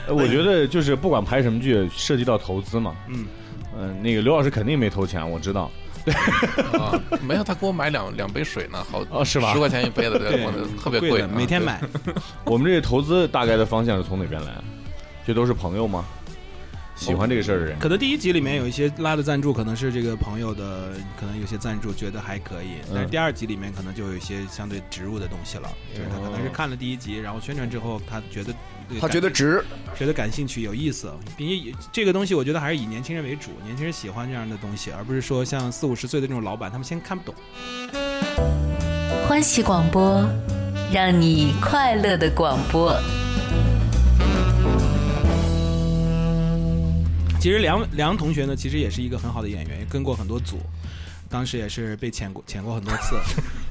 Speaker 4: 呃我觉得就是不管拍什么剧，涉及到投资嘛。
Speaker 6: 嗯
Speaker 4: 嗯、那个刘老师肯定没投钱，我知道。
Speaker 8: 啊，没有，他给我买两两杯水呢，好
Speaker 4: 哦是吧
Speaker 8: 十块钱一杯的，对，我的特别贵
Speaker 6: 的，
Speaker 8: 啊，
Speaker 6: 每天
Speaker 8: 对
Speaker 6: 买。
Speaker 4: 我们这投资大概的方向是从哪边来？啊这都是朋友吗？喜欢这个事儿的人，
Speaker 6: 可能第一集里面有一些拉的赞助，可能是这个朋友的，可能有些赞助觉得还可以，但是第二集里面可能就有一些相对植入的东西了，就是他可能是看了第一集，然后宣传之后，他觉得
Speaker 9: 他觉得值，
Speaker 6: 觉得感兴趣、有意思，并且以这个东西我觉得还是以年轻人为主，年轻人喜欢这样的东西，而不是说像四五十岁的这种老板，他们先看不懂。
Speaker 10: 欢喜广播，让你快乐的广播。
Speaker 6: 其实梁梁同学呢，其实也是一个很好的演员，也跟过很多组，当时也是被潜过潜过很多次，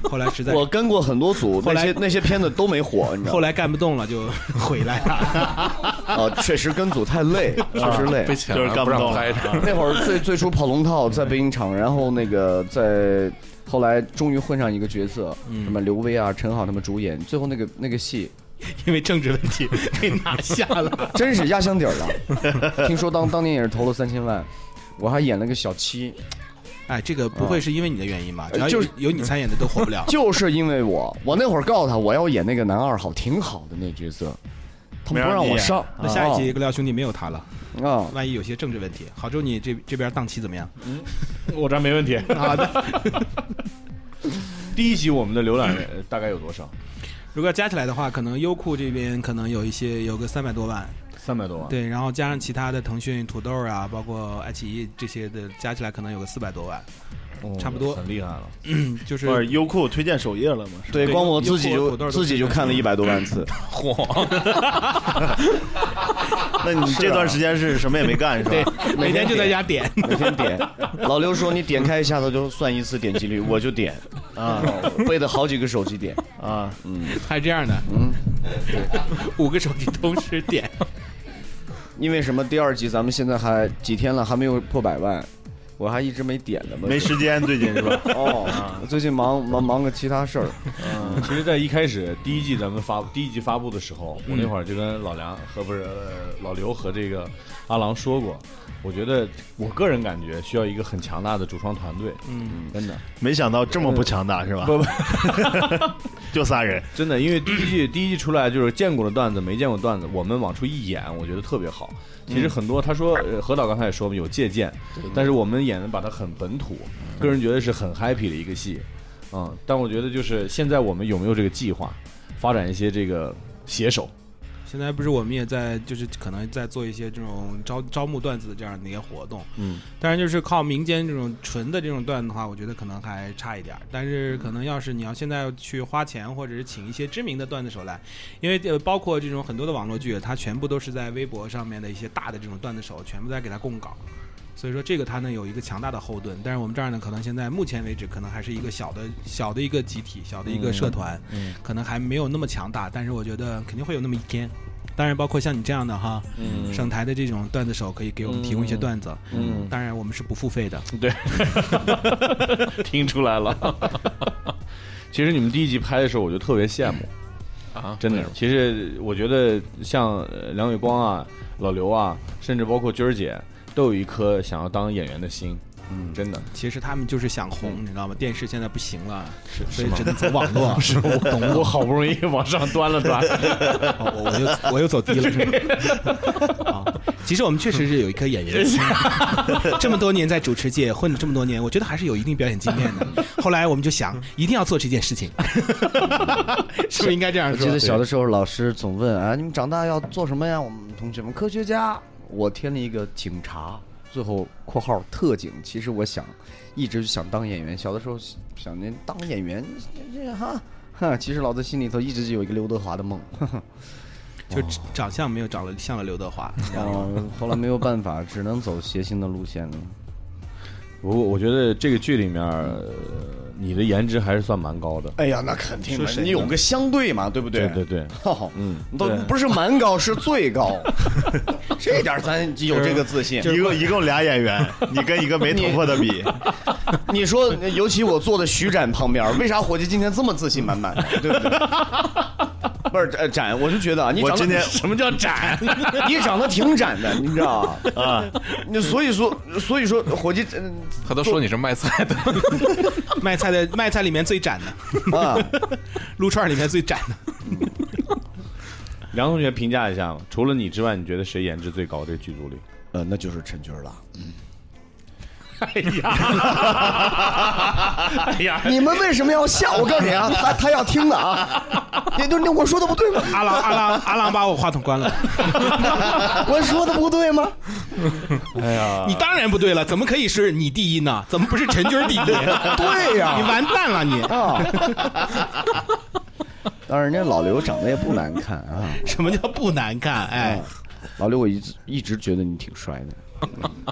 Speaker 6: 后来实在
Speaker 9: 我跟过很多组，那
Speaker 6: 后来
Speaker 9: 些那些片子都没火，你知道
Speaker 6: 后
Speaker 9: 吗？
Speaker 6: 来干不动了就回来了。
Speaker 9: 啊，确实跟组太 累，确实累
Speaker 8: 啊
Speaker 9: 啊
Speaker 8: 被。抢
Speaker 5: 就是干不
Speaker 8: 了，不让
Speaker 5: 动
Speaker 8: 拍上。
Speaker 9: 那会儿最最初跑龙套在北影厂，然后那个在后来终于混上一个角色，
Speaker 8: 嗯
Speaker 9: 什么刘威啊、陈好他们主演，最后那个那个戏
Speaker 6: 因为政治问 题被拿下了。
Speaker 9: 真是压箱底儿了。听说当当年也是投了三千万，我还演了个小七，
Speaker 6: 哎，这 个不会是因为你的原因吧？只要
Speaker 9: 就
Speaker 6: 有
Speaker 9: 是。
Speaker 6: 有你参演的都火 不了
Speaker 9: 啊就是因为我，我那会儿告诉他我要演那个男二号，挺好的那角色，他们不让我上。
Speaker 4: 啊
Speaker 6: 那下一集《格廖兄弟》没有他了，
Speaker 9: 啊，
Speaker 6: 万一有些政治问题，郝周你这这边档期怎么样？
Speaker 4: 我这儿没问题。
Speaker 6: 好的，
Speaker 4: 第一集我们的浏览呃大概有多少？
Speaker 6: 如果加起来的话，可能优酷这边可能有一些有个三百多万，
Speaker 4: 三百多万。
Speaker 6: 对，然后加上其他的腾讯、土豆啊，包括爱奇艺这些的，加起来可能有个四百多万，
Speaker 4: 哦，
Speaker 6: 差不多
Speaker 4: 很厉害了。
Speaker 6: 嗯就是
Speaker 5: 不是优酷推荐首页了吗？是吧
Speaker 9: 对，
Speaker 6: 对
Speaker 9: 光我自己
Speaker 6: 有有火
Speaker 9: 就
Speaker 6: 豆
Speaker 9: 自己就看了一百多万次，
Speaker 5: 那你这段时间是什么也没 干是吧？
Speaker 6: 每天就在家点。
Speaker 9: 每天 点。老刘说你点开一下，他就算一次点击率，我就点啊，背的好几个手机点。
Speaker 5: 啊，
Speaker 6: 还是这样的，嗯，五个手机同时点，
Speaker 9: 因为什么？第二集咱们现在还几天了，还没有破百万，我还一直没点呢嘛。
Speaker 5: 没时间最近是吧？
Speaker 9: 哦，最近忙忙忙个其他事儿。
Speaker 4: 其实，在一开始第一季咱们发第一季发布的时候，我那会儿就跟老梁和不是呃老刘和这个阿郎说过，我觉得我个人感觉需要一个很强大的主创团队，
Speaker 6: 嗯，
Speaker 4: 真的，呃
Speaker 5: 没想到这么不强大是吧？
Speaker 4: 不不，
Speaker 5: 就仨人，
Speaker 4: 真的，因为第一季第一季出来就是见过的段子，没见过的段子，我们往出一演，我觉得特别好。其实很多他说呃何导刚才也说嘛，有借鉴，但是我们演的把它很本土，个人觉得是很 happy 的一个戏，嗯，但我觉得就是现在我们有没有这个计划，发展一些这个写手。
Speaker 6: 现在不是我们也在，就是可能在做一些这种招招募段子的这样的一些活动。
Speaker 4: 嗯，
Speaker 6: 当然就是靠民间这种纯的这种段子的话，我觉得可能还差一点儿。但是可能要是你要现在去花钱，或者是请一些知名的段子手来，因为呃包括这种很多的网络剧，它全部都是在微博上面的一些大的这种段子手全部在给它供稿。所以说这个它呢有一个强大的后盾，但是我们这儿呢，可能现在目前为止可能还是一个小的小的一个集体、小的一个社团，
Speaker 4: 嗯嗯
Speaker 6: 可能还没有那么强大，但是我觉得肯定会有那么一天。当然，包括像你这样的哈，
Speaker 4: 嗯
Speaker 6: 省台的这种段子手可以给我们提供一些段子，
Speaker 4: 嗯嗯
Speaker 6: 当然我们是不付费的，
Speaker 4: 对，听出来了。 其实你们第一集拍的时候，我就特别羡慕
Speaker 8: 啊，
Speaker 4: 真的。其实我觉得像呃梁伟光啊、老刘啊，甚至包括军儿姐，都有一颗想要当演员的心。嗯，真的。
Speaker 6: 其实他们就是想红，你知道吗？电视现在不行了，
Speaker 4: 是
Speaker 6: 所
Speaker 4: 是
Speaker 6: 以
Speaker 4: 吗。
Speaker 6: 只能走网 络
Speaker 4: 是我懂我好不容易往上端了端
Speaker 6: 哦我我又我又走低了， 是吗？啊，其实我们确实是有一颗演员的 心，这么多年在主持界混了这么多年，我觉得还是有一定表演经验的。后来我们就想，一定要做这件事情， 是不是应该这样
Speaker 9: 我
Speaker 6: 说？
Speaker 9: 记得小的时候，老师总问啊，你们长大要做什么呀？我们同学们，科学家。我填了一个警察，最后括号特警。其实我想，一直想当演员。小的时候想着当演员， 这这哈哈。其实老子心里头一直有一个刘德华的梦。 呵呵哦
Speaker 6: 就长相没有长得像了刘德华，你知
Speaker 9: 然
Speaker 6: 道吗
Speaker 9: 后后来没有办法，只能走谐星的路线了。
Speaker 4: 我我觉得这个剧里面，呃你的颜值还是算蛮高的。
Speaker 7: 哎呀，那肯定
Speaker 9: 嘛你有个相对嘛，对不对？
Speaker 4: 对对，
Speaker 9: 哦，
Speaker 4: 嗯，
Speaker 9: 都不是蛮高，是最高。这点儿咱有这个自信。
Speaker 5: 一共一共俩演员，你跟一个没头发的比，
Speaker 9: 你 说，尤其我坐的徐展旁边，为啥伙计今天这么自信满满的，对不对？不是呃展，我就觉得啊，你
Speaker 5: 我
Speaker 9: 长得
Speaker 5: 今天
Speaker 4: 什么叫展？
Speaker 9: 你长得挺展的，你知道吧？
Speaker 5: 啊，
Speaker 9: 你所以说，所以说呃伙计，
Speaker 8: 他都说你是卖菜的，
Speaker 6: 卖菜的卖菜里面最斩的，
Speaker 9: 嗯啊，
Speaker 6: 撸串里面最斩的。
Speaker 4: 梁同学评价一下嘛，除了你之外，你觉得谁颜值最高？这剧组里，
Speaker 7: 呃，那就是陈军了。
Speaker 4: 哎呀，哎呀，
Speaker 7: 你们为什么要吓我？告诉你啊，他他要听的啊。你都你我说的不对吗？
Speaker 6: 阿郎阿郎阿郎把我话筒 关了，
Speaker 7: 我说的不对吗？
Speaker 9: 哎
Speaker 6: 你当然不对了，怎么可以是你第一呢？怎么不是陈军 第一？对
Speaker 7: 呀
Speaker 6: 你完蛋了你！
Speaker 9: 啊。当然，人家老刘长得也不难看啊。
Speaker 6: 什么叫不难看？哎，
Speaker 9: 老刘，我一直一直觉得你挺帅的。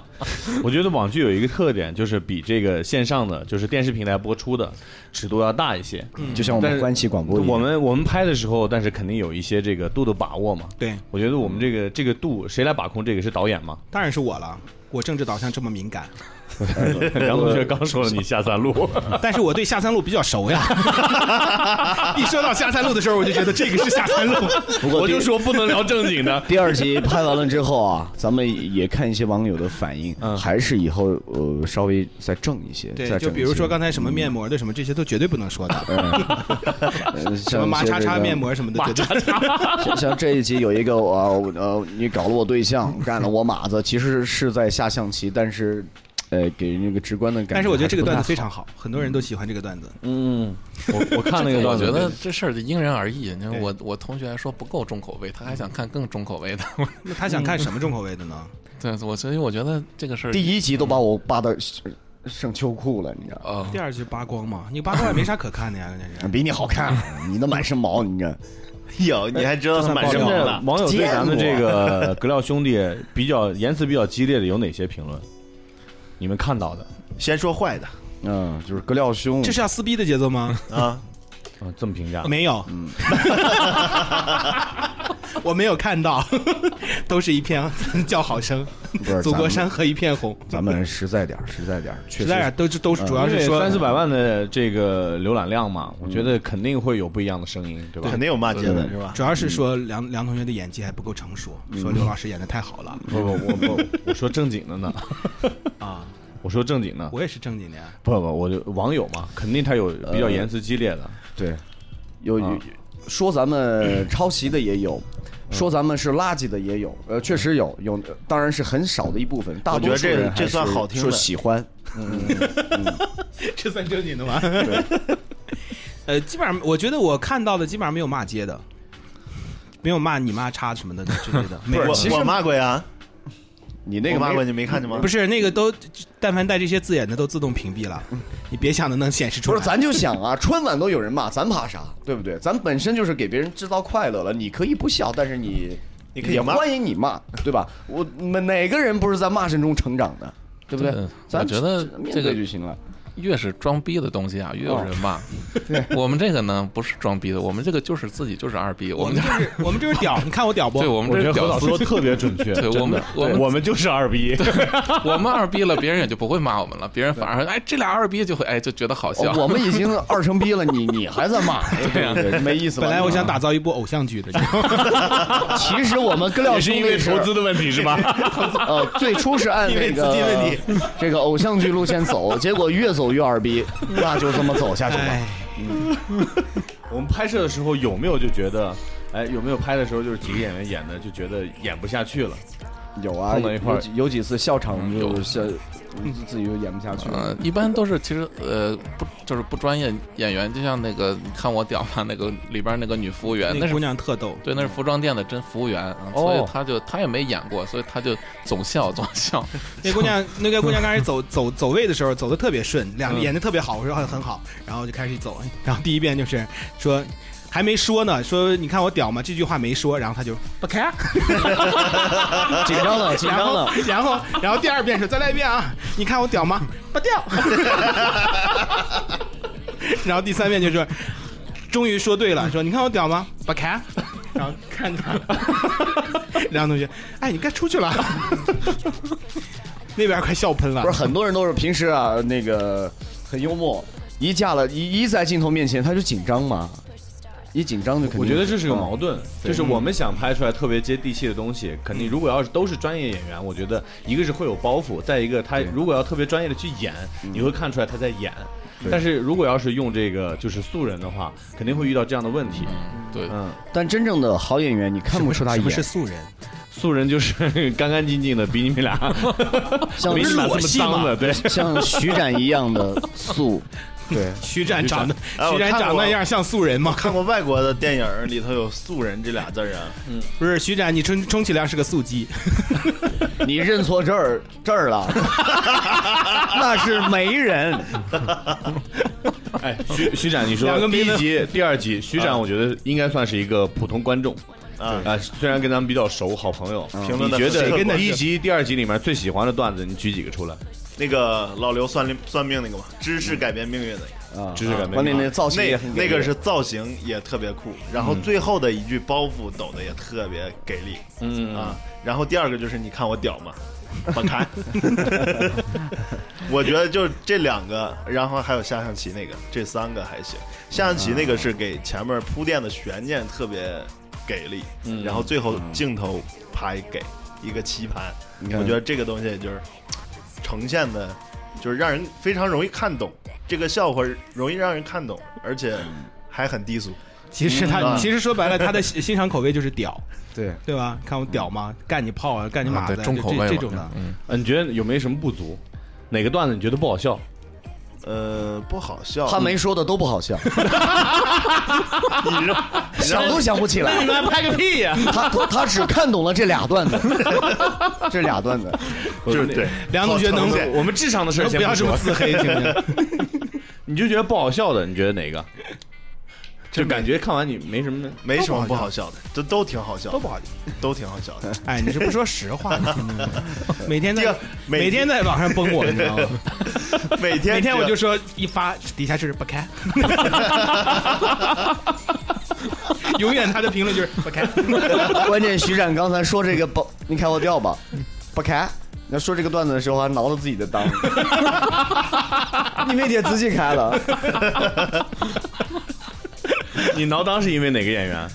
Speaker 4: 我觉得网剧有一个特点，就是比这个线上的，就是电视平台播出的尺度要大一些。
Speaker 9: 嗯
Speaker 6: 嗯
Speaker 9: 就像我
Speaker 4: 但
Speaker 9: 们
Speaker 4: 是
Speaker 9: 关系广播一样，。
Speaker 4: 我们我们拍的时候，但是肯定有一些这个度的把握嘛。
Speaker 6: 对，
Speaker 4: 我觉得我们这个这个度，谁来把控这个是导演吗？
Speaker 6: 当然是我了。我政治导向这么敏感，
Speaker 4: 梁同学刚说了你下三路，
Speaker 6: 但是我对下三路比较熟呀。 一说到下三路的时候，我就觉得这个是下三路。
Speaker 4: 我就说不能聊正经的
Speaker 9: 第二集拍完了之后啊，咱们也看一些网友的反应，
Speaker 4: 嗯
Speaker 9: 还是以后呃稍微再正一些，
Speaker 6: 对
Speaker 9: 再，
Speaker 6: 就
Speaker 9: 正一嗯
Speaker 6: 比如
Speaker 9: 些
Speaker 6: 说刚才什么面膜的什么这些都绝对不能说的，
Speaker 9: 呃
Speaker 6: 什
Speaker 9: 像
Speaker 6: 么
Speaker 9: 一
Speaker 6: 麻
Speaker 9: 些
Speaker 6: 叉叉
Speaker 9: 这个
Speaker 6: 面，膜什么的，绝对
Speaker 9: 像像这一集有一个呃我呃，你搞了我对象，干了我马子，其实是在下象棋，但是呃给人一个直观的感觉。
Speaker 6: 但是我觉得这个段子非
Speaker 9: 还
Speaker 6: 常好，很多人都喜欢这个段子。
Speaker 4: 嗯，我我看那个
Speaker 8: 我
Speaker 4: 段子，
Speaker 8: 觉得这事儿就因人而异。你看我我同学还说不够重口味，他还想看更重口味的。
Speaker 6: 那他想看什么重口味的呢？
Speaker 8: 对，我所以我觉得这个事儿
Speaker 9: 是不太好第一集都把我扒到剩秋裤了，你知道。
Speaker 8: 嗯哦，
Speaker 6: 第二集八光嘛，你八光也没啥可看的呀，关键是。
Speaker 9: 比你好看，你那满身毛，你 这
Speaker 5: 有你还知道他满身
Speaker 4: 现
Speaker 5: 毛
Speaker 4: 在
Speaker 5: 了，
Speaker 4: 网友对咱们这个格料兄弟比较言辞比较激烈的有哪些评论？你们看到的
Speaker 5: 先说坏的
Speaker 9: 嗯，就是割料胸
Speaker 6: 这，是要撕逼的节奏吗？
Speaker 5: 啊，
Speaker 4: 啊，这么评价？
Speaker 6: 没有， 我没有看到， 都是一片 叫好声
Speaker 9: 不是，
Speaker 6: 祖
Speaker 9: 咱
Speaker 6: 国
Speaker 9: 们
Speaker 6: 山河一片红。
Speaker 9: 咱们实在点儿，实在点儿，确
Speaker 6: 实
Speaker 9: 实
Speaker 6: 在啊都是都是主要是说
Speaker 4: 嗯三四百万的这个浏览量嘛，我觉得肯定会有不一样的声音，对吧？嗯
Speaker 5: 肯定有骂街
Speaker 9: 嗯
Speaker 5: 的是吧？
Speaker 6: 主要是说梁梁同学的演技还不够成熟，说刘老师演的太好了
Speaker 4: 不不，我不，我说正经的 呢，
Speaker 6: 啊！
Speaker 4: 我说正经的，
Speaker 6: 我也是正经的呀，
Speaker 4: 不不，我就网友嘛，肯定他有比
Speaker 6: 呃
Speaker 4: 较言辞激烈的，
Speaker 9: 对，有
Speaker 4: 啊
Speaker 9: 有说咱们抄袭的也有，
Speaker 5: 嗯
Speaker 9: 说咱们是垃圾的也有，呃，确实有有，呃当然是很少的一部分，大
Speaker 5: 我觉
Speaker 9: 多
Speaker 5: 得
Speaker 9: 数
Speaker 5: 这
Speaker 9: 人还
Speaker 5: 这算
Speaker 9: 是
Speaker 5: 好听
Speaker 9: 说
Speaker 5: 的。
Speaker 9: 喜欢，
Speaker 6: 嗯 这算正经的吗？呃，基本上我觉得我看到的基本上没有骂街的，没有骂你妈叉什么的之类的 没有
Speaker 5: 我
Speaker 6: 其实
Speaker 5: 我骂过呀，
Speaker 11: 你
Speaker 5: 那个骂过你没看见吗？
Speaker 6: 不是那个都，但凡带这些字眼的都自动屏蔽了，你别想的能显示出
Speaker 9: 不
Speaker 6: 来。
Speaker 9: 是，咱就想啊， 春晚都有人骂，咱怕啥？对不对？咱本身就是给别人制造快乐了，你可以不笑，但是你
Speaker 5: 你可以
Speaker 9: 也
Speaker 5: 骂
Speaker 9: 欢迎你骂，对吧？我们哪个人不是在骂声中成长的？对不对？咱
Speaker 8: 呃我觉得
Speaker 9: 面
Speaker 8: 这个
Speaker 9: 对就行 了。
Speaker 8: 越是装逼的东西啊，越有人骂。
Speaker 6: 哦
Speaker 8: 我们这个呢，不是装逼的，我们这个就是自己就是二逼，
Speaker 6: 我
Speaker 8: 我们
Speaker 6: 们
Speaker 8: 就
Speaker 6: 就是 我们就是屌，你看我屌不？
Speaker 8: 对我们这是屌丝
Speaker 4: 说得特别准确
Speaker 8: 对我
Speaker 4: 真
Speaker 8: 们
Speaker 4: 的
Speaker 8: 我们
Speaker 4: 我们就是二逼，
Speaker 8: 我们二逼了，别人也就不会骂我们了，别人反而哎这俩二逼就会哎就觉得好笑。
Speaker 9: 哦我们已经二成逼了，你你还 在骂，
Speaker 5: 啊
Speaker 9: 对不对？没意思了。嗯
Speaker 6: 本来我想打造一部偶像剧的，
Speaker 9: 其实我们哥料
Speaker 4: 也是
Speaker 9: 兄
Speaker 4: 因
Speaker 9: 弟
Speaker 4: 为投资的问题是 吧？
Speaker 9: 呃，最初是按
Speaker 6: 因为
Speaker 9: 那
Speaker 6: 资
Speaker 9: 个
Speaker 6: 金问题
Speaker 9: 这个偶像剧路线 走，结果越走越二逼，那就这么走下去吧。
Speaker 6: 哎，
Speaker 4: 我们拍摄的时候有没有就觉得，哎，有没有拍的时候就是几个演员演的就觉得演不下去了？
Speaker 11: 有啊，
Speaker 4: 碰到一块儿
Speaker 11: 有几有几次笑场
Speaker 8: 嗯
Speaker 11: 就
Speaker 8: 有
Speaker 11: 笑，自己就演不下去。
Speaker 8: 呃，一般都是其实呃不就是不专业演员，就像那个你看我屌嘛，那个里边那个女服务员，那
Speaker 6: 那
Speaker 8: 是
Speaker 6: 姑娘特逗，嗯
Speaker 8: 对，那是服装店的真服务员，啊
Speaker 11: 哦
Speaker 8: 所以他就他也没演过，所以他就总笑总笑。
Speaker 6: 那 姑 娘，那个姑娘刚开始走走走位的时候走的特别顺，两演的特别好，我说很很好，然后就开始走，然后第一遍就是说还没说呢，说你看我屌吗？这句话没说，然后他就不开，
Speaker 11: 紧张了，紧
Speaker 6: 然
Speaker 11: 张
Speaker 6: 后
Speaker 11: 了。
Speaker 6: 然后然后第二遍说再来一遍啊，你看 我屌吗？不掉， 然后第三遍就说终于说对了，说你看我屌吗？不开， 然后看他，然后同学，哎，你该出去了， 那边快笑喷了
Speaker 9: 不是，很多人都是平时啊那个很幽默，一架了一一在镜头面前他就紧张嘛，一紧张就肯定
Speaker 4: 我觉得这
Speaker 6: 嗯
Speaker 4: 是有矛盾，就是我们想拍出来特别接地气的东西，肯
Speaker 6: 嗯
Speaker 4: 定如果要是都是专业演员，我觉得一个是会有包袱，再一个他如果要特别专业的去演，
Speaker 6: 嗯
Speaker 4: 你会看出来他在演。但是如果要是用这个就是素人的话，肯定会遇到这样的问题。
Speaker 8: 对，
Speaker 4: 嗯，
Speaker 9: 但真正的好演员，你看不出他
Speaker 6: 什
Speaker 9: 演
Speaker 6: 么是素人？
Speaker 4: 素人就是 干干净净的，比你们俩
Speaker 9: 像
Speaker 4: 没你们俩
Speaker 9: 裸
Speaker 4: 这么
Speaker 9: 戏
Speaker 4: 脏
Speaker 9: 嘛
Speaker 4: 的，对。
Speaker 9: 像徐展一样的 素，对，
Speaker 6: 徐展长得，
Speaker 5: 哎
Speaker 6: 徐
Speaker 5: 我
Speaker 6: 展
Speaker 5: 看
Speaker 6: 长
Speaker 5: 过
Speaker 6: 那样像素人吗？
Speaker 5: 看过外国的电影里头有“素人”这俩字儿啊，
Speaker 6: 不是，徐展，你充充其量是个素鸡，
Speaker 9: 你认错这儿这 儿了， 那是媒人，
Speaker 4: 哎， 徐徐展，你
Speaker 6: 两
Speaker 4: 说
Speaker 6: 个啊
Speaker 4: 第
Speaker 6: 鼻子
Speaker 4: 一集、第二集，徐展我觉得应该算是一个普通观众。
Speaker 5: 啊
Speaker 4: 啊，虽然跟咱们比较熟，好朋友，
Speaker 6: 啊
Speaker 5: 评论
Speaker 4: 你
Speaker 5: 的
Speaker 4: 觉
Speaker 5: 很客
Speaker 4: 得
Speaker 5: 观
Speaker 4: 第一集、第二集里面最喜欢的段子，你举几个出来？
Speaker 5: 那个老刘算命算命那个嘛，知识改变命运的，
Speaker 4: 知识改
Speaker 9: 关
Speaker 4: 变命
Speaker 9: 键啊那
Speaker 4: 运。
Speaker 9: 造型也
Speaker 5: 啊那
Speaker 9: 很
Speaker 5: 那
Speaker 9: 给
Speaker 5: 个
Speaker 9: 力嗯
Speaker 5: 是造型也特别酷，然后最后的一句包袱抖的也特别给力，嗯啊，然后第二个就是你看我屌吗？我看， 我觉得就这两个，然后还有下象棋那个，这三个还行。下象棋那
Speaker 9: 啊
Speaker 5: 个是给前面铺垫的悬念特别给力，
Speaker 9: 嗯
Speaker 5: 然后最后镜头拍给一个棋盘，我觉得这个东西就是呈现的，就是让人非常容易看懂这个笑话，容易让人看懂，而且还很低俗。嗯
Speaker 6: 其实他、其实说白了，他的欣欣赏口味就是屌，
Speaker 11: 对，
Speaker 6: 对吧？看我屌吗？干你炮啊，干你马
Speaker 8: 对
Speaker 6: 子啊，
Speaker 8: 重口味
Speaker 6: 这这
Speaker 8: 嘛
Speaker 6: 这种的。
Speaker 8: 嗯，
Speaker 4: 呃你觉得有没有什么不足？哪个段子你觉得不好笑？
Speaker 5: 呃，不好笑。
Speaker 9: 他没说的都不好笑，
Speaker 5: 你让
Speaker 9: 想都想不起来。嗯
Speaker 4: 们拍个屁呀！
Speaker 9: 他他他只看懂了这俩段子， 这俩段子，
Speaker 5: 就是对，
Speaker 6: 梁同学能
Speaker 5: 好
Speaker 6: 不
Speaker 5: 呈现
Speaker 4: 我们智商的事儿
Speaker 6: 能
Speaker 4: 先
Speaker 6: 不要这
Speaker 4: 说
Speaker 6: 么。自黑，行不行？
Speaker 4: 你就觉得不好笑的，你觉得哪个？就感觉看完你没什么。
Speaker 5: 没什么不好笑的，这都挺好笑，
Speaker 6: 都不好听。
Speaker 5: 都挺好笑的。
Speaker 6: 哎，你是不说实话呢？每天
Speaker 5: 这
Speaker 6: 在
Speaker 5: 个每
Speaker 6: 每天在网上崩我，你知道吗？
Speaker 5: 每天
Speaker 6: 每天我
Speaker 5: 只
Speaker 6: 就说一发，底下就是不开。永远他的评论就是不开，
Speaker 9: 关键徐展刚才说这个不，你开我调吧，不开。那说这个段子的时候还挠着自己的裆， 你没得仔 细开了，
Speaker 4: 你挠裆是因为哪个演员？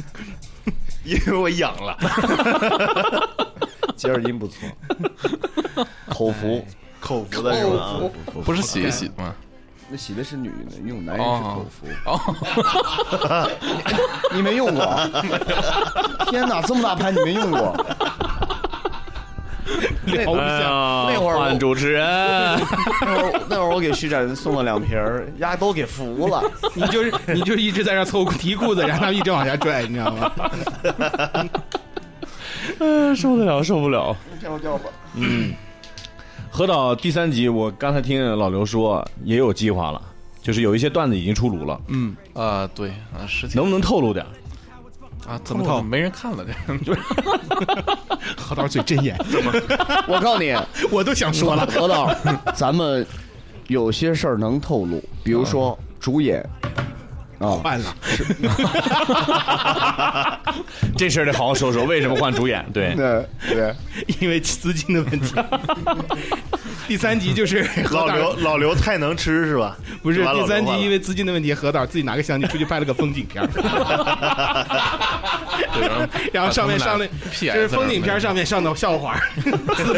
Speaker 5: 因为我痒 了。
Speaker 9: 杰尔音不错，口服。
Speaker 5: 哎口服的是吧？啊
Speaker 8: 不是洗一洗吗？
Speaker 9: 那洗的是女的，用男人是口服。
Speaker 8: 哦，
Speaker 9: 你没用过？ 天哪，这么大牌你没用过？
Speaker 6: 聊不下。
Speaker 8: 啊
Speaker 9: 那会儿我
Speaker 4: 问哎主持人，
Speaker 9: 那会儿那会儿我给徐展送了两瓶儿，丫都给服了。
Speaker 6: 你就是你就一直在这凑提裤子，然后他们一直往下拽，你知道吗？
Speaker 4: 呃受得了受不了。
Speaker 9: 跳跳吧，
Speaker 4: 何导嗯第三集，我刚才听老刘说也有计划了，就是有一些段子已经出炉了，
Speaker 8: 啊，对啊，实体
Speaker 4: 能不能透露点儿？
Speaker 8: 啊，怎么 透没人看了这个？
Speaker 6: 何导嘴真严，
Speaker 9: 我告诉你，
Speaker 6: 我都想说了。
Speaker 9: 何导，咱们有些事儿能透露，比如说主演啊，
Speaker 6: 换了，
Speaker 4: 这事儿得好好说说，为什么换主演？对，
Speaker 9: 对对，
Speaker 6: 因为资金的问 题。第三集就是何
Speaker 5: 老
Speaker 6: 导
Speaker 5: 刘，老刘太能吃是吧？
Speaker 6: 不是
Speaker 5: 把老
Speaker 6: 第
Speaker 5: 刘
Speaker 6: 三集
Speaker 5: 换，了
Speaker 6: 因为资金的问题，何导自己拿个相机出去拍了个风景片儿然后上面上了，
Speaker 8: PS
Speaker 6: 就是风景片上面上的笑话儿，字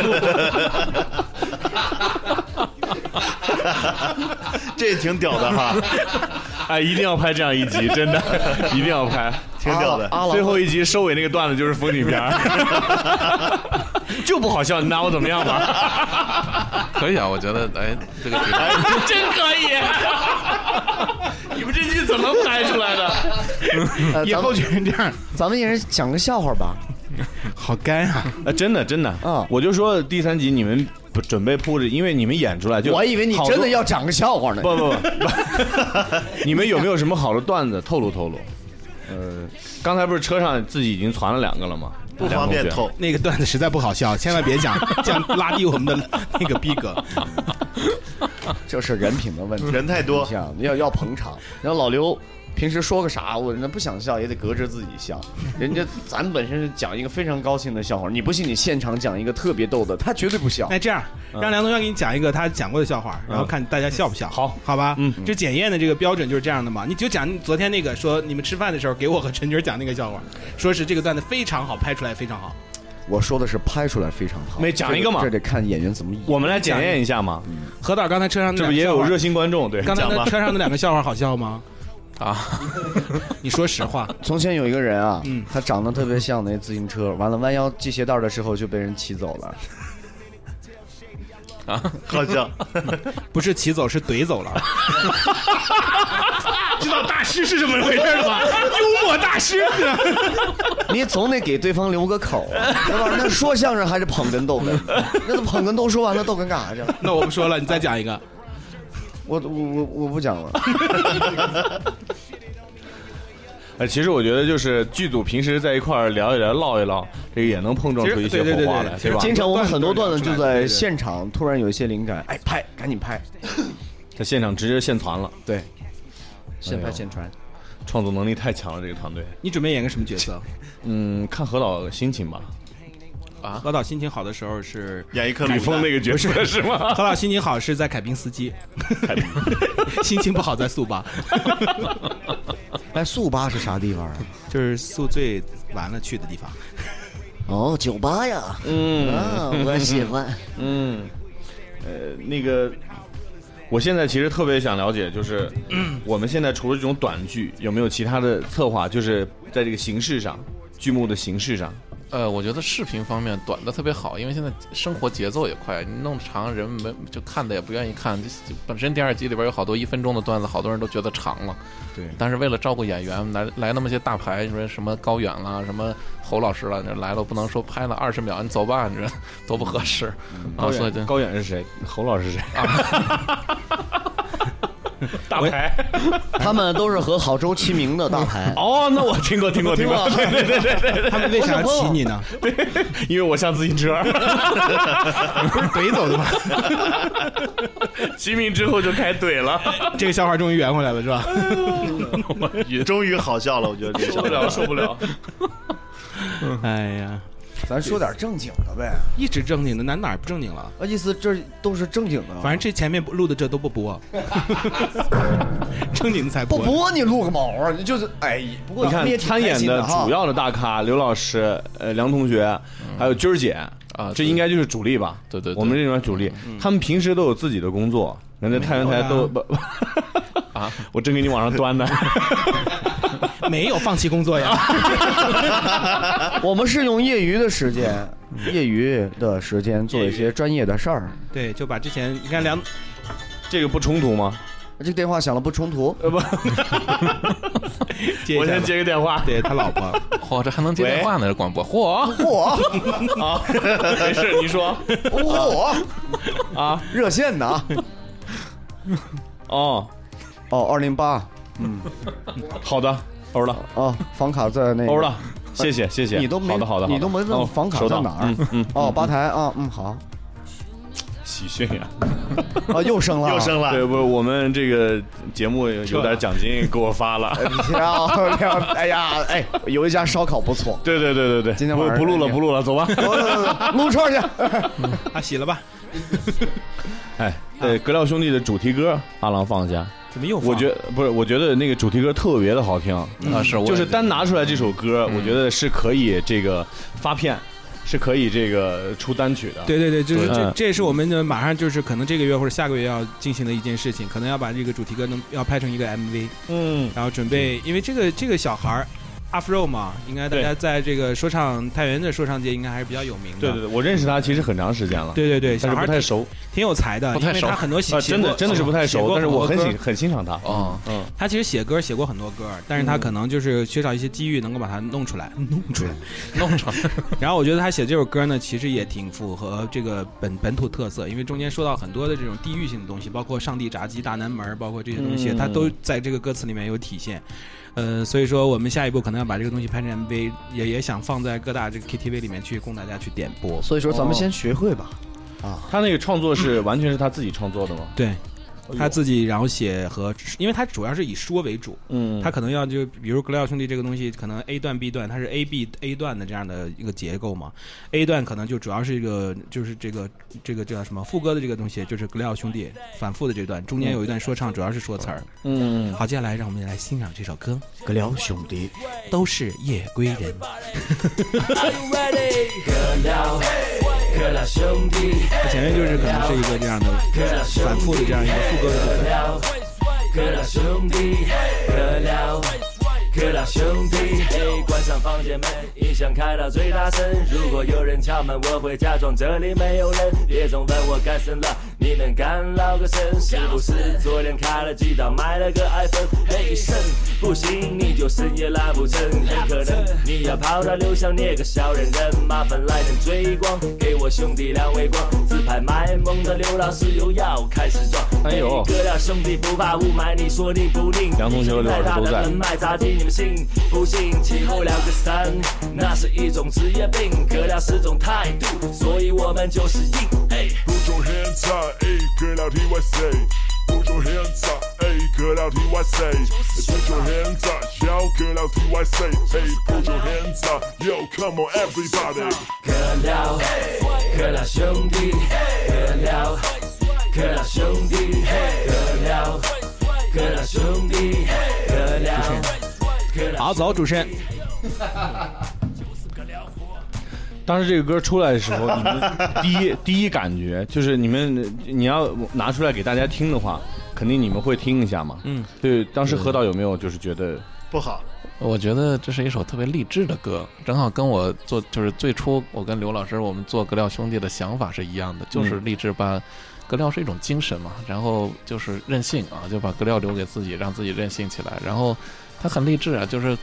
Speaker 6: 幕。
Speaker 5: 这挺屌的 哈，
Speaker 4: 哎，一定 要拍这样一集， 真的，一定要拍。啊
Speaker 5: 挺屌的。
Speaker 9: 阿老
Speaker 4: 最后一集收尾那个段子就是风景片 儿，就不好笑，你拿我怎么样吧？
Speaker 8: 可以啊，我觉得，哎，这个挺好
Speaker 4: 真可以，啊你们这集怎么拍出来的？
Speaker 9: 呃
Speaker 6: 以
Speaker 9: 咱
Speaker 6: 后
Speaker 9: 们
Speaker 6: 就是这样，
Speaker 9: 咱们一人讲个笑话吧。
Speaker 6: 好干啊！
Speaker 4: 啊，真的真的
Speaker 9: 嗯
Speaker 4: 我就说第三集你们不准备铺着，因为你们演出来就
Speaker 9: 我还以为你真的
Speaker 4: 要
Speaker 9: 要讲个笑话呢。
Speaker 4: 不不不， 你们有没有什么好的段子透露透露？呃，刚才不是车上自己已经传了两个了吗？
Speaker 5: 不方便透。
Speaker 6: 那个段子实在不好笑，千万别讲，这样拉低我们
Speaker 9: 嗯
Speaker 6: 的那个 逼格。
Speaker 9: 这是人品的问题。
Speaker 5: 人太多
Speaker 9: 你想要要捧场，然后老刘平时说个啥，我那不想笑也得隔着自己笑。人家咱本身是讲一个非常高兴的笑话，你不信你现场讲一个特别逗的，他绝对不笑嗯
Speaker 6: 那。这样，让梁同学给你讲一个他讲过的笑话，然后看大家笑不笑。好，好吧，嗯，这检验的这个标准就是这样的嘛。你就讲你昨天那个说你们吃饭的时候给我和陈军讲那个笑话，说是这个段子非常好，拍出来非常好。
Speaker 9: 我说的是拍出来非常好，
Speaker 4: 没讲一个嘛
Speaker 9: 这得这得看演员怎么演。
Speaker 4: 我们来检验一下嘛，
Speaker 6: 何导刚才车上那
Speaker 4: 这
Speaker 6: 两
Speaker 4: 不
Speaker 6: 个
Speaker 4: 也
Speaker 6: 笑
Speaker 4: 有
Speaker 6: 话
Speaker 4: 热心观众对？
Speaker 6: 刚才
Speaker 5: 讲
Speaker 6: 那
Speaker 5: 吧
Speaker 6: 车上那两个笑话好笑吗？
Speaker 8: 啊，
Speaker 6: 你说实话，
Speaker 9: 从前有一个人啊，
Speaker 6: 嗯
Speaker 9: 他长得特别像那自行车，完了弯腰系鞋带的时候就被人骑走了。
Speaker 5: 好像
Speaker 6: 啊不是骑走是怼 走了。 知道大师是怎么回事了吧？幽默大师。
Speaker 9: 你总得给对方留个口啊， 对吧？那说相声还是捧哏逗 哏，那捧哏都说完了，逗哏干啥去了？
Speaker 6: 那我不说了，你再讲一个。
Speaker 9: 我我我我不讲了。
Speaker 4: 呃，其实我觉得就是剧组平时在一块儿聊一聊、唠一唠，这个也能碰撞出一些
Speaker 6: 其实对对
Speaker 4: 火花
Speaker 6: 对对
Speaker 4: 来，对吧？
Speaker 9: 经常我们很多段子就在
Speaker 6: 对
Speaker 9: 现场，突然有一些灵感，哎，拍，赶紧拍，
Speaker 4: 在现场直接现传了，哎
Speaker 9: 对，现拍现传。
Speaker 4: 创作能力太强了，这个团队。
Speaker 6: 你准备演个什么角色？
Speaker 4: 嗯，看何导心情吧。
Speaker 6: 何导心情好的时候是
Speaker 5: 演一颗
Speaker 4: 吕
Speaker 5: 卤
Speaker 4: 峰
Speaker 5: 蛋
Speaker 4: 那个角色是吗？
Speaker 6: 何老心情好是在凯宾斯基， 心情不好在速八，
Speaker 9: 哎，速八是啥地方啊？
Speaker 6: 就是宿醉完了去 的地方。
Speaker 9: 哦，酒吧呀。嗯啊，我喜欢。
Speaker 4: 嗯呃那个，我现在其实特别想了解， 就是我们现在除了这种短剧，有没有其他的策划？就是在这个形式上，剧目的形式上，
Speaker 8: 呃，我觉得视频方面短的特别好，因为现在生活节奏也快，你弄长人没就看的也不愿意看。就就本身第二集里边有好多一分钟的段子，好多人都觉得长了。
Speaker 9: 对
Speaker 8: 但是为了照顾演员，来来那么些大牌，你说什么高远啦，什么侯老师啦，你说来了不能说拍了二十秒，你走吧，你说 多不合适啊。所以就
Speaker 4: 嗯
Speaker 8: 啊
Speaker 4: 高远是谁？侯老师是谁？大牌
Speaker 9: 他们都是和郝周齐名的大牌。
Speaker 4: 哦，那我听过，听过，听过， 对对对对对
Speaker 6: 他们为啥要骑你呢？
Speaker 4: 对，因为我像自行 车，
Speaker 6: 不是怼走的吗？
Speaker 4: 骑名之后就开怼了，
Speaker 6: 这个笑话终于圆回来了，是吧？
Speaker 5: 终于好笑了，我觉得这
Speaker 4: 受不了，受不了。
Speaker 6: 哎呀，
Speaker 9: 咱说点正经的呗。
Speaker 6: 一直正经的，哪哪儿不正经了？
Speaker 9: 啊，意思这都是正经的。
Speaker 6: 反正这前面录的这都 不播，正经的才
Speaker 9: 不
Speaker 6: 播。
Speaker 9: 播你录个毛啊！你就是哎，不过
Speaker 4: 你
Speaker 9: 咱
Speaker 4: 看
Speaker 9: 们也挺
Speaker 4: 参
Speaker 9: 开
Speaker 4: 演
Speaker 9: 心
Speaker 4: 的
Speaker 9: 哈
Speaker 4: 主。要的大咖，刘老师、呃梁同学，还有军儿姐啊这
Speaker 8: 对
Speaker 4: 应该就是主力吧？
Speaker 8: 对对对
Speaker 4: 我们这种主力，他们平时都有自己的工作，
Speaker 9: 嗯
Speaker 4: 人家太原台都不啊，我正给你往上端呢。
Speaker 6: 没有放弃工作呀。
Speaker 9: 我们是用业余的时间，业余的时间做一些专业的事儿。
Speaker 6: 对，就把之前你看梁
Speaker 4: 这个不冲突吗？
Speaker 9: 这个电话响了不冲突，
Speaker 4: 呃
Speaker 6: 接一下吧，
Speaker 5: 接个电话，
Speaker 6: 对他老婆，
Speaker 8: 嚯、哦这还能接电话呢？这广播，嚯，
Speaker 9: 嚯
Speaker 5: 没事，你说。
Speaker 9: 嚯
Speaker 4: 啊，
Speaker 9: 哦热线呢？
Speaker 4: 哦，
Speaker 9: 哦，二零八嗯
Speaker 4: 好的，欧了，
Speaker 9: 哦，房卡在那个
Speaker 4: 欧了，谢谢谢谢，
Speaker 9: 你都没
Speaker 4: 好的好的，好的
Speaker 9: 你都没
Speaker 4: 哦
Speaker 9: 问房卡
Speaker 4: 收
Speaker 9: 在
Speaker 4: 到
Speaker 9: 哪儿
Speaker 4: 嗯？嗯，
Speaker 9: 哦，吧台啊，嗯，好，
Speaker 4: 喜讯呀，
Speaker 9: 啊，又升了，
Speaker 5: 又升了，
Speaker 4: 对不？我们这个节目有点奖金给我发了。，
Speaker 9: 漂亮！哎呀，哎，有一家烧烤不错
Speaker 4: 对对对对对，
Speaker 9: 今天
Speaker 4: 不
Speaker 9: 晚上
Speaker 4: 不录了不录了，走 吧。
Speaker 9: 走走走走撸串去。
Speaker 6: 啊，洗了吧？
Speaker 4: 哎，对，格廖兄弟的主题歌，阿郎放一下。
Speaker 6: 怎么又放？
Speaker 4: 我觉不是，我觉得那个主题歌特别的好听，
Speaker 8: 啊是，我
Speaker 4: 就是单拿出来这首歌，
Speaker 6: 嗯
Speaker 4: 我觉得是可以这个发片，是可以这个出单曲的。
Speaker 6: 对对对，就是
Speaker 4: 对
Speaker 6: 这
Speaker 4: 嗯，
Speaker 6: 这也是我们的马上就是可能这个月或者下个月要进行的一件事情，可能要把这个主题歌能要拍成一个 MV，
Speaker 4: 嗯，
Speaker 6: 然后准备，因为这个这个小孩儿 Afro 嘛，应该大家在这个说唱太原的说唱界应该还是比较有名的。
Speaker 4: 对对对，我认识他其实很长时间了，
Speaker 6: 对对对
Speaker 4: 但
Speaker 6: 小
Speaker 4: 是不
Speaker 6: 孩儿
Speaker 4: 太
Speaker 6: 挺
Speaker 4: 熟，
Speaker 6: 挺有才的，
Speaker 8: 不太
Speaker 6: 因为
Speaker 8: 熟
Speaker 6: 他很多写
Speaker 4: 啊，
Speaker 6: 写
Speaker 4: 真的
Speaker 6: 过
Speaker 4: 真的是不太
Speaker 6: 写
Speaker 4: 熟，
Speaker 6: 过
Speaker 4: 但是我很
Speaker 6: 多
Speaker 4: 喜
Speaker 6: 歌嗯
Speaker 4: 很欣赏他。嗯
Speaker 8: 哦，
Speaker 6: 他其实写歌写过很多歌，但是他可能就是缺少一些机遇能够把它弄出来， 弄出来。
Speaker 8: 弄出来，
Speaker 6: 然后我觉得他写这首歌呢，其实也挺符合这个本本土特色，因为中间说到很多的这种地域性的东西，包括上帝炸鸡、大南门，包括这些东西，
Speaker 4: 嗯
Speaker 6: 他都在这个歌词里面有体现。呃，所以说我们下一步可能要把这个东西拍成 MV，也也想放在各大这个 KTV 里面去供大家去点播。
Speaker 9: 所以说，咱们先学会吧。
Speaker 4: 他那个创作是完全是他自己创作的吗？
Speaker 6: 啊
Speaker 4: 哎
Speaker 6: 对，他自己然后写和，因为他主要是以说为主，
Speaker 4: 嗯
Speaker 6: 他可能要就比如格雷奥兄弟这个东西，可能 A 段 B 段，它是 A B A 段的这样的一个结构嘛。A 段可能就主要是一个就是这个这个叫什么副歌的这个东西，就是格雷奥兄弟反复的这段，中间有一段说唱，主要是说词儿。
Speaker 4: 嗯，
Speaker 6: 好，接下来让我们来欣赏这首歌，
Speaker 9: 格辽兄弟，
Speaker 6: 都是夜归人。
Speaker 2: Are you ready？哥俩，哥俩兄弟，
Speaker 6: 它前面就是可能是一个这样的反复的这样一个副歌的部分。
Speaker 2: 哥俩兄弟，哥俩。哥俩兄弟，嘿，关上房间门，音响开到最大声。如果有人敲门，我会假装这里没有人。别总问我干什么，你能干老个神？是不是昨天开了几档，买了个 iPhone？嘿，肾不行，你就深夜拉不成，很可能你要跑到六巷捏个小人人，麻烦来点追光，给我兄弟两围光，自拍卖萌的刘老师又要开始装。
Speaker 4: 哎呦
Speaker 2: 哥俩兄弟不怕雾霾，你说定不定？
Speaker 4: 杨同学和刘老师都在
Speaker 2: 人脉杂技，你们信不信？今后聊个三，那是一种职业病，哥俩是种态度，所以我们就是硬。哎，
Speaker 12: 不种现在，哎，哥俩 TYC。不种现在，哎，哥俩 TYC。不种现在，要哥俩 TYC。哎，不种现在，Yo come on everybody。
Speaker 2: 哥俩，哥俩兄弟，哥俩，哥俩兄弟，哥俩，哥俩兄弟，哥俩。
Speaker 6: 好，走，主持人，
Speaker 4: 当时这个歌出来的时 候，你们第一第一感觉就是你们你要拿出来给大家听的话，肯定你们会听一下嘛。嗯，对，当时何导有没有就是觉得
Speaker 5: 不 好，
Speaker 8: 我觉得这是一首特别励志的歌，正好跟我做就是最初我跟刘老师我们做格料兄弟的想法是一样的，就是励志把格料是一种精神嘛，然后就是任性啊，就把格料留给自己，让自己任性起来。然后他很励志啊，就是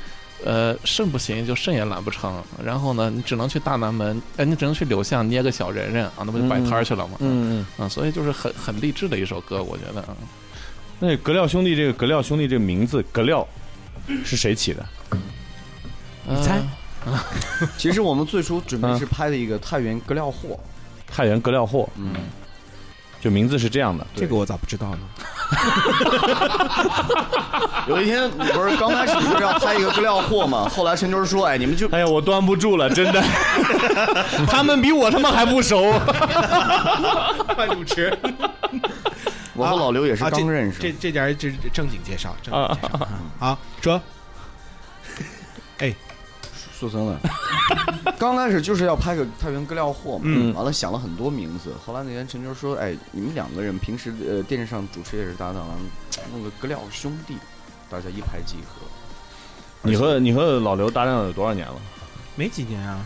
Speaker 8: 呃肾不行就肾也懒不成，然后呢你只能去大南门，哎你只能去柳巷捏个小人人啊，那不就摆摊儿去了嘛。
Speaker 4: 嗯嗯，
Speaker 8: 啊，所以就是很很励志的一首歌，我觉得啊，
Speaker 4: 嗯那格廖兄弟这个格廖兄弟这个名字格廖是谁起的？
Speaker 8: 你
Speaker 6: 猜
Speaker 9: 嗯 其实我们最初准备是拍的一个太原格料货，
Speaker 4: 太原格廖货。嗯，就名字是这样的。
Speaker 6: 这个我咋不知道呢？
Speaker 4: 啊
Speaker 9: 有一天你不是刚开始不是要拍一个格料货吗？后来陈秋说，哎，你们就
Speaker 4: 哎呀，我端不住了，真 的，他们比我他妈还不熟。
Speaker 6: 主持。
Speaker 9: 我和老刘也是
Speaker 6: 啊，这
Speaker 9: 刚认识
Speaker 6: 这，这点儿这这正经介绍，正经介绍。啊好， 哎说
Speaker 9: 说真的，刚开始就是要拍个太原格料货嘛，
Speaker 4: 嗯
Speaker 9: 完了想了很多名字。后来那天陈秋说，哎，你们两个人平时呃电视上主持也是搭档，弄个格料兄弟，大家一拍即合。
Speaker 4: 你和你和老刘搭档有多少年了？
Speaker 6: 没几年啊，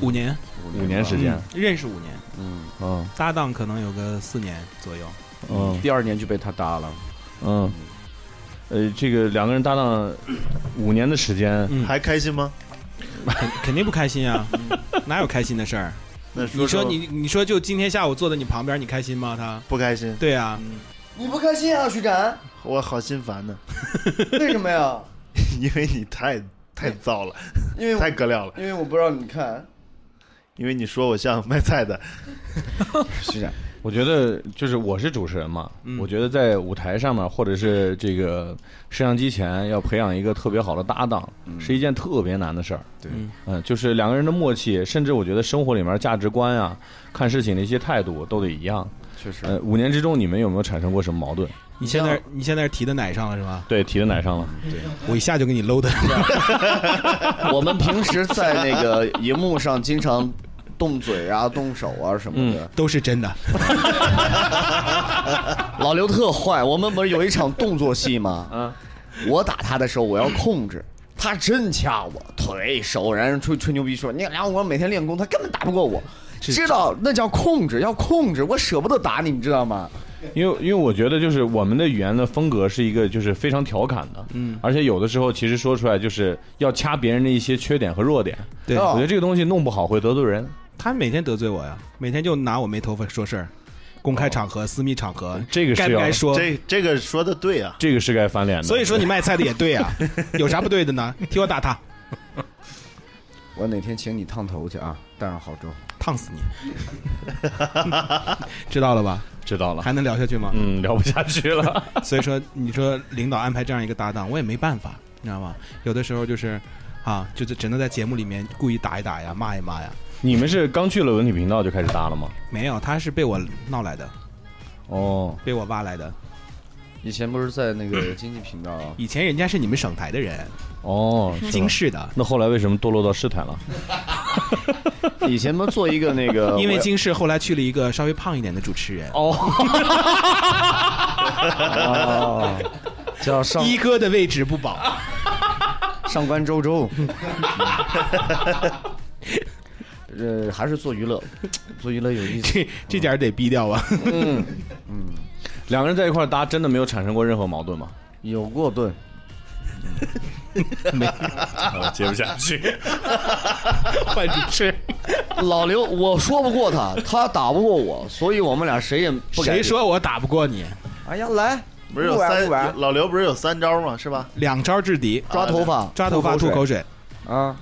Speaker 6: 五年，
Speaker 4: 五年时间。
Speaker 6: 嗯认识五年，
Speaker 4: 嗯嗯
Speaker 6: 搭档可能有个四年左右。
Speaker 4: 嗯
Speaker 7: 第二年就被他搭了，
Speaker 4: 嗯，呃，这个两个人搭档五年的时间，
Speaker 5: 还开心吗？
Speaker 6: 嗯肯肯定不开心啊， 哪有开心的事儿？
Speaker 5: 那
Speaker 6: 你说你你说就今天下午坐在你旁边，你开心吗？他
Speaker 5: 不开心。嗯
Speaker 6: 对啊，
Speaker 9: 你不开心啊，徐展？
Speaker 5: 我好心烦呢，
Speaker 9: 为什么呀？
Speaker 5: 因为你太太糟了，
Speaker 9: 因为我
Speaker 5: 太割料了，
Speaker 9: 因为我不让你看。
Speaker 5: 因为你说我像卖菜的，
Speaker 9: 是啊，
Speaker 4: 我觉得就是我是主持人嘛，
Speaker 6: 嗯
Speaker 4: 我觉得在舞台上面或者是这个摄像机前，要培养一个特别好的搭档，
Speaker 5: 嗯
Speaker 4: 是一件特别难的事儿。
Speaker 7: 对
Speaker 4: 嗯，就是两个人的默契，甚至我觉得生活里面价值观啊、看事情的一些态度都得一样。
Speaker 7: 确实
Speaker 4: 呃，五年之中你们有没有产生过什么矛盾？
Speaker 6: 你现在你现在是提到奶上了是吧？
Speaker 4: 对，提到奶上了。
Speaker 6: 嗯我一下就给你搂的。
Speaker 7: 我
Speaker 9: 我们平时在那个荧幕上经常动嘴啊、动手啊什么的，
Speaker 6: 都 是真的。
Speaker 9: 老刘特坏，我们不是有一场动作戏吗？我打他的时候我要控制，他真掐我腿手，然后吹吹牛逼说你俩我每天练功，他根本打不过我。知道那叫控制，要控制，我舍不得打你，你知道吗？
Speaker 4: 因为因为我觉得就是我们的语言的风格是一个就是非常调侃的，嗯，而且有的时候其实说出来就是要掐别人的一些缺点和弱点，
Speaker 6: 对
Speaker 4: 我
Speaker 7: 哦
Speaker 4: 觉得这个东西弄不好会得罪人。
Speaker 6: 他每天得罪我呀，啊每天就拿我没头发说事儿，公开场合、私密场合，
Speaker 4: 这个是
Speaker 6: 该不
Speaker 4: 要
Speaker 6: 该说？
Speaker 5: 这这个说的对啊，
Speaker 4: 这个是该翻脸的。
Speaker 6: 所以说你卖菜的也对 啊，有啥不对的呢？替我打他，
Speaker 9: 我哪天请你烫头去啊？带上好妆。
Speaker 6: 烫死你！知道了吧？
Speaker 4: 知道了，
Speaker 6: 还能聊下去吗？
Speaker 4: 嗯，聊不下去了。
Speaker 6: 所以说，你说领导安排这样一个搭档，我也没办法，你知道吗？有的时候就是，啊，就是只能在节目里面故意打一打呀，骂一骂呀。
Speaker 4: 你们是刚去了文体频道就开始搭了吗？
Speaker 6: 没有，他是被我闹来的，
Speaker 4: 哦，
Speaker 6: 被我挖来的。
Speaker 7: 以前不是在那个经济频道啊，
Speaker 6: 以前人家是你们省台的人，
Speaker 4: 哦，是吧
Speaker 6: 京市的，
Speaker 4: 那后来为什么堕落到市台了？
Speaker 7: 以前不是做一个那个，
Speaker 6: 因为
Speaker 7: 我
Speaker 6: 京市后来去了一个稍微胖一点的主持人，
Speaker 7: 哦，叫上
Speaker 6: 一哥的位置不保。
Speaker 7: 上官周周，呃，还是做娱乐，做娱乐有意思。
Speaker 6: 这这点儿得逼掉吧？
Speaker 7: 嗯，
Speaker 4: 两个人在一块儿搭，真的没有产生过任何矛盾吗？
Speaker 7: 有过盾，
Speaker 4: 我接不下去。
Speaker 6: 换主持人，
Speaker 7: 老刘我说不过他，他打不过我，所以我们俩谁也不敢
Speaker 6: 谁说我打不过你？
Speaker 9: 哎呀，来，
Speaker 5: 不是有
Speaker 9: 不玩
Speaker 5: 三
Speaker 9: 不玩
Speaker 5: 有老刘不是有三招吗？是吧？
Speaker 6: 两招制敌，呃
Speaker 7: 抓头发，
Speaker 6: 抓头发吐口
Speaker 7: 水
Speaker 6: 水。
Speaker 7: 啊！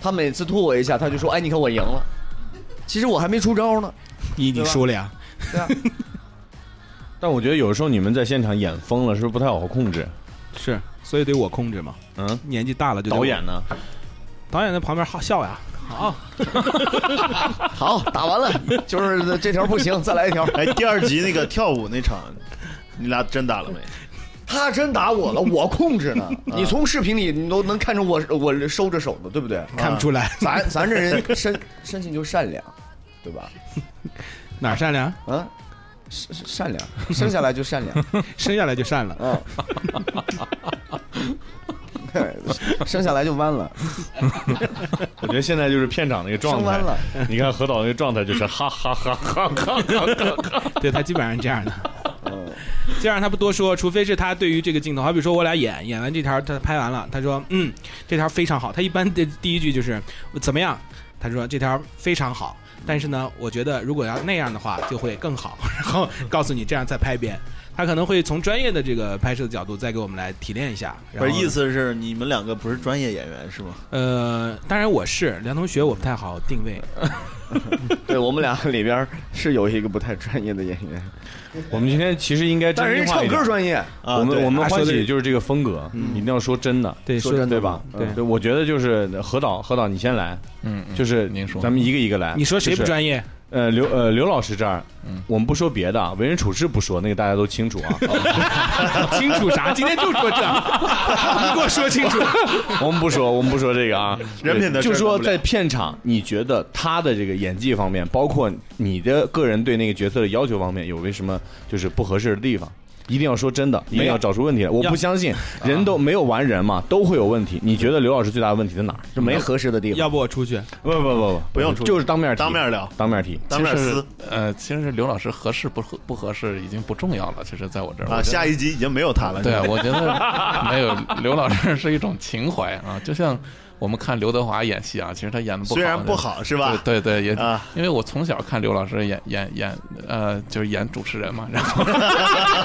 Speaker 7: 他每次吐我一下，他就说：“哎，你看我赢了。”其实我还没出招呢。
Speaker 6: 你你输了呀？
Speaker 4: 但我觉得有的时候你们在现场演疯了，是不是不太好控制？
Speaker 6: 是，所以得我控制嘛。
Speaker 4: 嗯，
Speaker 6: 年纪大了就得我
Speaker 4: 导演 呢？
Speaker 6: 导演在旁边哈笑呀。好，
Speaker 7: 好，打完了， 就是这条不 行，再来一条。
Speaker 5: 哎，第二集那个跳舞那场，你俩真打了没？
Speaker 7: 他真打我了，我控制 呢。你从视频里你都能看出我我收着手的，对不对？啊
Speaker 6: 看不出来
Speaker 7: 咱咱这人身身性就善良，对吧？
Speaker 6: 哪儿善良，
Speaker 7: 啊，善善良，生下来就善良，
Speaker 6: 生下来就善了。
Speaker 7: 嗯，生下来就弯了，
Speaker 4: 我觉得现在就是片场那个状
Speaker 7: 生弯
Speaker 4: 态。
Speaker 7: 了。
Speaker 4: 你看何导那个状态就是哈哈哈哈哈哈哈哈。
Speaker 6: 对他基本上这样的。
Speaker 7: 嗯
Speaker 6: 这样他不多说，除非是他对于这个镜头，好比说我俩演演完这条，他拍完了，他说嗯，这条非常好。他一般的第一句就是怎么样？他说这条非常好，但是呢，我觉得如果要那样的话就会更好， 然后告诉你这样再拍一遍。他可能会从专业的这个拍摄的角度再给我们来提炼一下。
Speaker 5: 不是
Speaker 6: 然后
Speaker 5: 意思是你们两个不是专业演员是吗？
Speaker 6: 呃，当然我是梁同学，我不太好定位。
Speaker 7: 对我们俩里边是有一个不太专业的演员，
Speaker 4: 我们今天其实应
Speaker 9: 哎
Speaker 4: 该真
Speaker 7: 但是
Speaker 4: 心
Speaker 7: 人
Speaker 4: 话
Speaker 7: 唱
Speaker 4: 一点
Speaker 7: 歌。专业。
Speaker 5: 啊，
Speaker 4: 我们
Speaker 5: 对
Speaker 4: 我们
Speaker 6: 他说
Speaker 4: 欢
Speaker 6: 的
Speaker 4: 喜
Speaker 6: 是
Speaker 4: 就是这个风格，一定要说真的。
Speaker 6: 对，
Speaker 7: 说
Speaker 6: 是
Speaker 7: 真的
Speaker 4: 对吧？
Speaker 7: 嗯
Speaker 4: 对，我觉得就是何导，何导你先来，
Speaker 8: 嗯，嗯
Speaker 4: 就是
Speaker 8: 您说
Speaker 4: 咱们一个一个来。
Speaker 6: 你说谁不
Speaker 4: 就是
Speaker 6: 专业？
Speaker 4: 呃，刘呃刘老师这儿，我们不说别的啊，为人处事不说，那个大家都清楚啊。
Speaker 6: 清楚啥？今天就说这， 你给我说清楚。
Speaker 4: 我们不说，我们不说这个啊，
Speaker 5: 人品的事儿
Speaker 4: 就
Speaker 5: 咱
Speaker 4: 说
Speaker 5: 不聊
Speaker 4: 在片场，你觉得他的这个演技方面，包括你的个人对那个角色的要求方面，有没有什么就是不合适的地方？一定要说真的，一定
Speaker 6: 没
Speaker 4: 要
Speaker 6: 有
Speaker 4: 找出问题来。我
Speaker 6: 要
Speaker 4: 不相信，人都没有完人嘛，都会有问题。你觉得刘老师最大的问题在哪儿？
Speaker 7: 就没合适的地
Speaker 6: 要不我出去？
Speaker 4: 不不不不，
Speaker 5: 不用出去
Speaker 4: 就是当面提
Speaker 5: 当面聊
Speaker 4: 当面提。
Speaker 5: 当面撕
Speaker 8: 呃，其实刘老师合适不合不合适已经不重要了，其实在我这儿。
Speaker 5: 啊！
Speaker 8: 我觉得
Speaker 5: 下一集已经没有他了。
Speaker 8: 对啊
Speaker 5: 是吧
Speaker 8: 我 觉得没有刘老师是一种情怀啊，就像我们看刘德华演戏啊，其实他演的不好，
Speaker 5: 虽然不好是吧
Speaker 8: 对对，对也、
Speaker 5: 啊
Speaker 8: 因为我从小看刘老师演演演呃，就是演主持人嘛，然后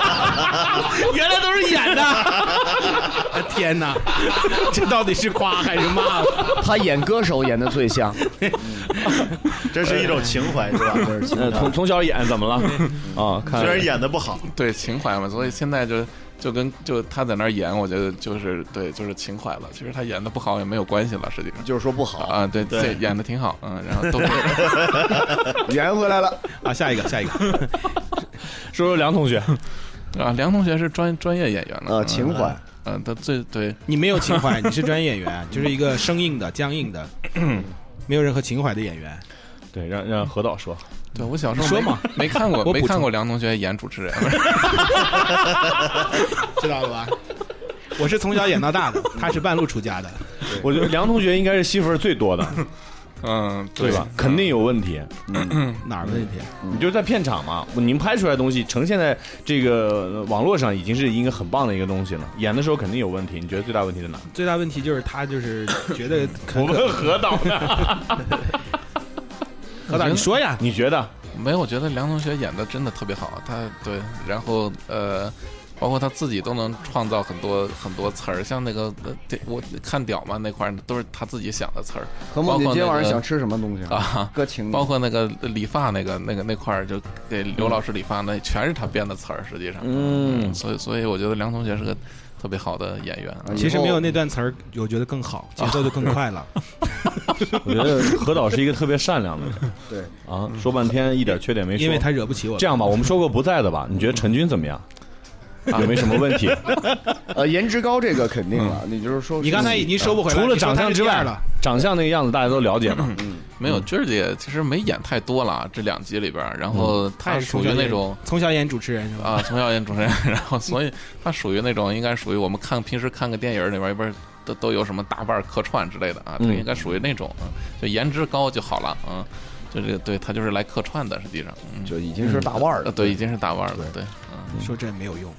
Speaker 6: 原来都是 演的。天哪，这到底是夸还是骂？
Speaker 7: 他演歌手演的最像，
Speaker 5: 这是一种情怀是吧？
Speaker 7: 这 是
Speaker 4: 呃，从从小演怎么 了？啊，看
Speaker 5: 虽然演的不好，
Speaker 8: 对情怀嘛，所以现在就就跟就他在那儿演，我觉得就是对就是情怀了。其实他演的不好也没有关系了，实际上。
Speaker 7: 就是说不好，
Speaker 8: 啊，对，
Speaker 5: 对
Speaker 8: 这演的挺好，嗯，然后 都
Speaker 7: 圆回来了。
Speaker 6: 啊，下一个，下一个，
Speaker 4: 说说梁同学，
Speaker 8: 啊，梁同学是专专业演员了，
Speaker 7: 呃 情怀
Speaker 8: 嗯，嗯，他最对
Speaker 6: 你没有情怀，你是专业演员，就是一个生硬的、僵硬的，没有任何情怀的演员。
Speaker 4: 对，让让何导说，
Speaker 8: 对，我小时候
Speaker 6: 你说
Speaker 8: 没
Speaker 6: 嘛，
Speaker 8: 没看过
Speaker 6: 我
Speaker 8: 没
Speaker 6: 补充
Speaker 8: 看过梁同学演主持人，
Speaker 6: 知道了吧？ 我是从小演到大的， 他是半路出家的。
Speaker 4: 我觉得梁同学应该是戏份最多 的，
Speaker 8: 嗯，
Speaker 4: 对吧？肯定有问题。嗯
Speaker 6: 哪儿问题？
Speaker 4: 你就是在片场嘛，您拍出来的东西呈现在这个呃网络上，已经是一个很棒的一个东西了。演的时候肯定有问题，你觉得最大问题在哪？
Speaker 6: 最大问题就是他就是觉得
Speaker 4: 我
Speaker 6: 可可
Speaker 4: 们何导呢？
Speaker 6: 何导，你
Speaker 7: 啊
Speaker 6: 说呀，
Speaker 4: 你觉得？
Speaker 8: 没有，我觉得梁同学演的真的特别好，他对，然后呃，包括他自己都能创造很多很多词儿，像那个呃对我看屌嘛那块儿都是他自己想的词儿，
Speaker 7: 何
Speaker 8: 包
Speaker 7: 梦，
Speaker 8: 括
Speaker 7: 你今天
Speaker 8: 那
Speaker 7: 晚上
Speaker 8: 个
Speaker 7: 想吃什么东西
Speaker 8: 啊？
Speaker 7: 哥请你。
Speaker 8: 包括那个理发那个那个那块儿，就给刘老师理发，那全是他编的词儿，实际上，嗯，所以所以我觉得梁同学是个特别好的演员，
Speaker 7: 啊
Speaker 6: 其
Speaker 7: 以
Speaker 6: 实
Speaker 7: 后啊
Speaker 6: 没有那段词儿，我觉得更好，节奏就更快了。
Speaker 4: 我觉得啊何导是一个特别善良的人。
Speaker 7: 对
Speaker 4: 啊，说半天一点缺点没说。
Speaker 6: 因为他惹不起我。
Speaker 4: 这样吧，我们说个不在的吧。你觉得陈军怎么样？ 啊有没有什么问题？ 嗯
Speaker 7: 呃，颜值高这个肯定了，你就是说
Speaker 6: 你刚才已经收不回来，
Speaker 4: 除了
Speaker 6: 你说他
Speaker 4: 长相
Speaker 6: 是
Speaker 4: 之
Speaker 6: 第
Speaker 4: 外
Speaker 6: 二了，，
Speaker 4: 长相那个样子大家都了解嘛。
Speaker 8: 嗯
Speaker 4: 嗯
Speaker 8: 没有娟儿姐其实没演太多了啊，这两集里边儿，然
Speaker 4: 嗯
Speaker 8: 后她
Speaker 6: 他
Speaker 8: 也
Speaker 6: 是
Speaker 8: 属
Speaker 6: 从
Speaker 8: 于
Speaker 6: 小
Speaker 8: 那
Speaker 6: 演
Speaker 8: 种。
Speaker 6: 从小演主持人是吧？
Speaker 8: 啊，从小演主持人， 然后所以他属于那种应该属于我们看平时看个电影里边儿一边儿都都有什么大腕儿客串之类的啊，他应该属于那种，嗯就颜值高就好了，嗯，就这个对他就是来客串的，实际上，嗯，
Speaker 7: 就已经是大腕儿
Speaker 8: 呃
Speaker 7: 了，
Speaker 8: 对，已经是大腕儿了，对，
Speaker 6: 说这没有用，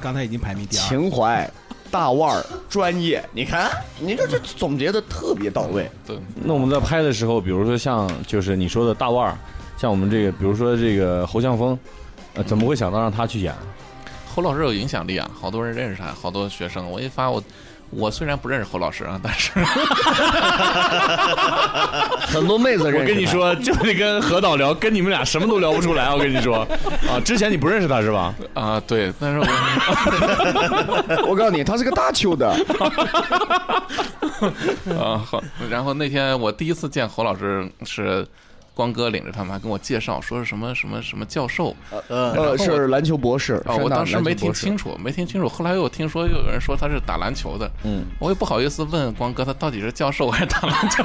Speaker 6: 刚才已经排名第二。
Speaker 7: 啊情怀、大腕儿、专业，你看，你这这总结的特别到位。
Speaker 8: 对，
Speaker 4: 那我们在拍的时候，比如说像就是你说的大腕儿，像我们这个，比如说这个侯向峰，呃，怎么会想到让他去演？
Speaker 8: 侯老师有影响力啊，好多人认识他，好多学生，我一发我。我虽然不认识侯老师啊，但是
Speaker 7: 很多妹子认识
Speaker 4: 我跟你
Speaker 7: 他，
Speaker 4: 说，就得跟何导聊，跟你们俩什么都聊不出来。我跟你说，啊，之前你不认识他是吧？
Speaker 8: 啊、对，但是我
Speaker 7: 我告诉你，他是个大秋的，
Speaker 8: 啊好，然后那天我第一次见侯老师是光哥领着他们还跟我介绍，说是什么什么什么教授，
Speaker 4: 嗯
Speaker 5: 呃，
Speaker 7: 呃，是篮球博士。
Speaker 8: 哦，
Speaker 7: 山
Speaker 8: 我
Speaker 7: 大
Speaker 8: 当时
Speaker 7: 篮球
Speaker 8: 没
Speaker 7: 博
Speaker 8: 听
Speaker 7: 士
Speaker 8: 清楚，没听清楚。后来又听说又有人说他是打篮球的，嗯，我也不好意思问光哥他到底是教授还是打篮球。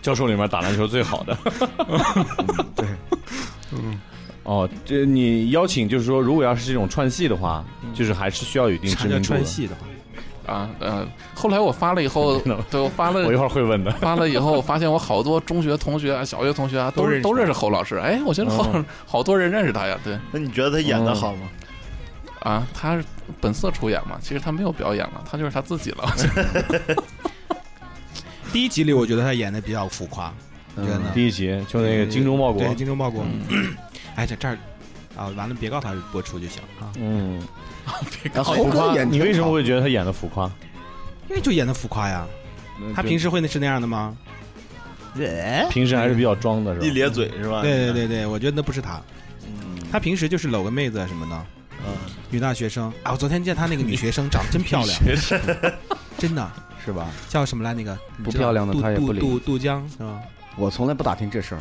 Speaker 4: 教授里面打篮球最好的。对， 嗯。哦，这你邀请就是说，如果要是这种串戏的话，就是还是需要有一定
Speaker 6: 啥
Speaker 4: 知
Speaker 6: 叫
Speaker 4: 名度
Speaker 6: 穿
Speaker 4: 的。
Speaker 6: 戏的话？
Speaker 8: 啊，呃，后来我发了 以后
Speaker 4: No，
Speaker 8: 对我发
Speaker 4: 我一
Speaker 8: 了
Speaker 4: 会儿会问的。
Speaker 8: 发了以后，我发现我好多中学同学啊、 小学同学啊，
Speaker 6: 都
Speaker 8: 都
Speaker 6: 认识嗯
Speaker 8: 都认识侯老师。哎，我觉得好好多人认识他呀，对
Speaker 5: 那你觉得他演的好吗？
Speaker 8: 啊，他是本色出演嘛，其实他没有表演嘛，他就是他自己了。我觉得
Speaker 6: 第一集里，我觉得他演的比较浮夸，
Speaker 7: 嗯
Speaker 6: 你觉得呢？
Speaker 4: 第一集就那个精忠报国，
Speaker 6: 对，精忠报国。哎，这这儿啊，完了，别告诉他是播出就行啊，
Speaker 4: 嗯，
Speaker 7: 啊猴哥演
Speaker 4: 你为什么
Speaker 7: 挺
Speaker 4: 会觉得他演的浮夸？
Speaker 6: 因为就演的浮夸呀。他平时会那是那样的吗？
Speaker 4: 平时还是比较装的，
Speaker 5: 一
Speaker 4: 是 吧？
Speaker 5: 咧嘴是吧？
Speaker 6: 对对对对，我觉得那不是他。
Speaker 7: 嗯
Speaker 6: 他平时就是搂个妹子啊什么的。女大学生啊，我昨天见他那个女学生长得真漂亮，真的
Speaker 7: 好是吧？
Speaker 6: 叫什么来？那个你
Speaker 7: 不
Speaker 6: 知
Speaker 7: 漂
Speaker 6: 道
Speaker 7: 亮的
Speaker 6: 杜
Speaker 7: 她也不
Speaker 6: 杜
Speaker 7: 理
Speaker 6: 杜杜江是吧？
Speaker 7: 我从来不打听这事儿，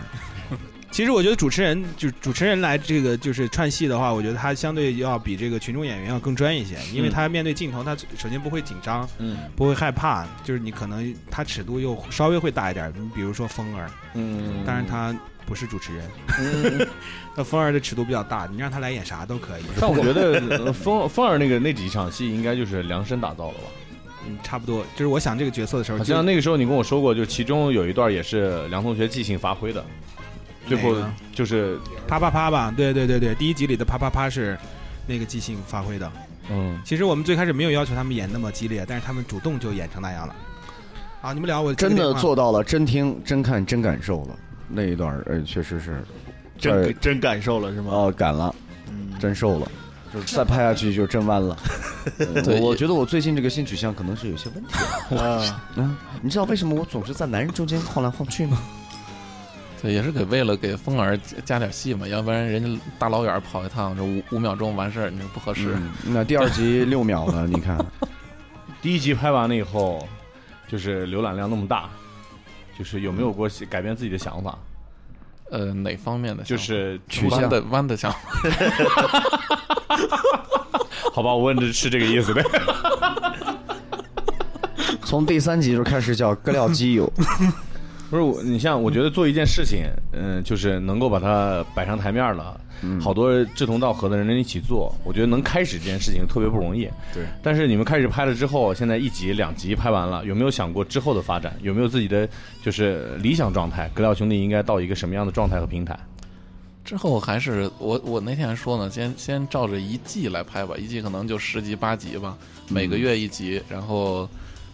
Speaker 6: 其实我觉得主持人就主持人来这个就是串戏的话，我觉得他相对要比这个群众演员要更专业一些，因为他面对镜头，他首先不会紧张，
Speaker 4: 嗯，
Speaker 6: 不会害怕，就是你可能他尺度又稍微会大一点，你比如说风儿，
Speaker 4: 嗯
Speaker 6: 但是他不是主持人， 那风儿的尺度比较大，你让他来演啥都可以。
Speaker 4: 但我觉 得呃风风儿那个那几场戏应该就是量身打造了吧？
Speaker 6: 嗯，差不多，就是我想这个角色的时候
Speaker 4: 好
Speaker 6: 就，
Speaker 4: 像那个时候你跟我说过，就其中有一段也是梁同学即兴发挥的，最后
Speaker 6: 哪个
Speaker 4: 就是
Speaker 6: 啪啪啪吧，对对对对，第一集里的啪啪啪是那个即兴发挥的。
Speaker 4: 嗯，
Speaker 6: 其实我们最开始没有要求他们演那么激烈，但是他们主动就演成那样了。啊，你们聊我接
Speaker 7: 真
Speaker 6: 个
Speaker 7: 的
Speaker 6: 电话
Speaker 7: 做到了，真听、真看、真感受了那一段儿，呃，确实是，
Speaker 5: 真
Speaker 7: 呃
Speaker 5: 真感受了是吗？嗯
Speaker 7: 哦，感了，真受了，就是再拍下去就真 弯了。呃
Speaker 5: 对
Speaker 7: 我我觉得我最近这个新取向可能是有些问题的。
Speaker 5: 啊，
Speaker 7: 嗯，你知道为什么我总是在男人中间晃来晃去吗？
Speaker 8: 对，也是给为了给风儿加加点戏嘛，要不然人家大老远跑一趟，这五五秒钟完事儿，你说不合适。
Speaker 7: 嗯那第二集六秒了，你 看，
Speaker 4: 第一集拍完了以后，就是浏览量那么大，就是有没有过改变自己的想法？
Speaker 8: 呃，哪方面的
Speaker 4: 就
Speaker 8: 想法？
Speaker 4: 是
Speaker 8: 弯的弯的想法。
Speaker 4: 好吧，我问的是这个意思呗。
Speaker 7: 从第三集就开始叫哥廖基友，
Speaker 4: 不是我，你像我觉得做一件事情，嗯、就是能够把它摆上台面了，
Speaker 7: 嗯
Speaker 9: 嗯
Speaker 4: 好多志同道合的人一起做，我觉得能开始这件事情特别不容易。
Speaker 7: 对，
Speaker 4: 但是你们开始拍了之后，现在一集两集拍完了，有没有想过之后的发展？有没有自己的就是理想状态？格料兄弟应该到一个什么样的状态和平台？
Speaker 8: 之后还是我我那天还说呢，先先照着一季来拍吧，一季可能就十集八集吧，每个月一集，然后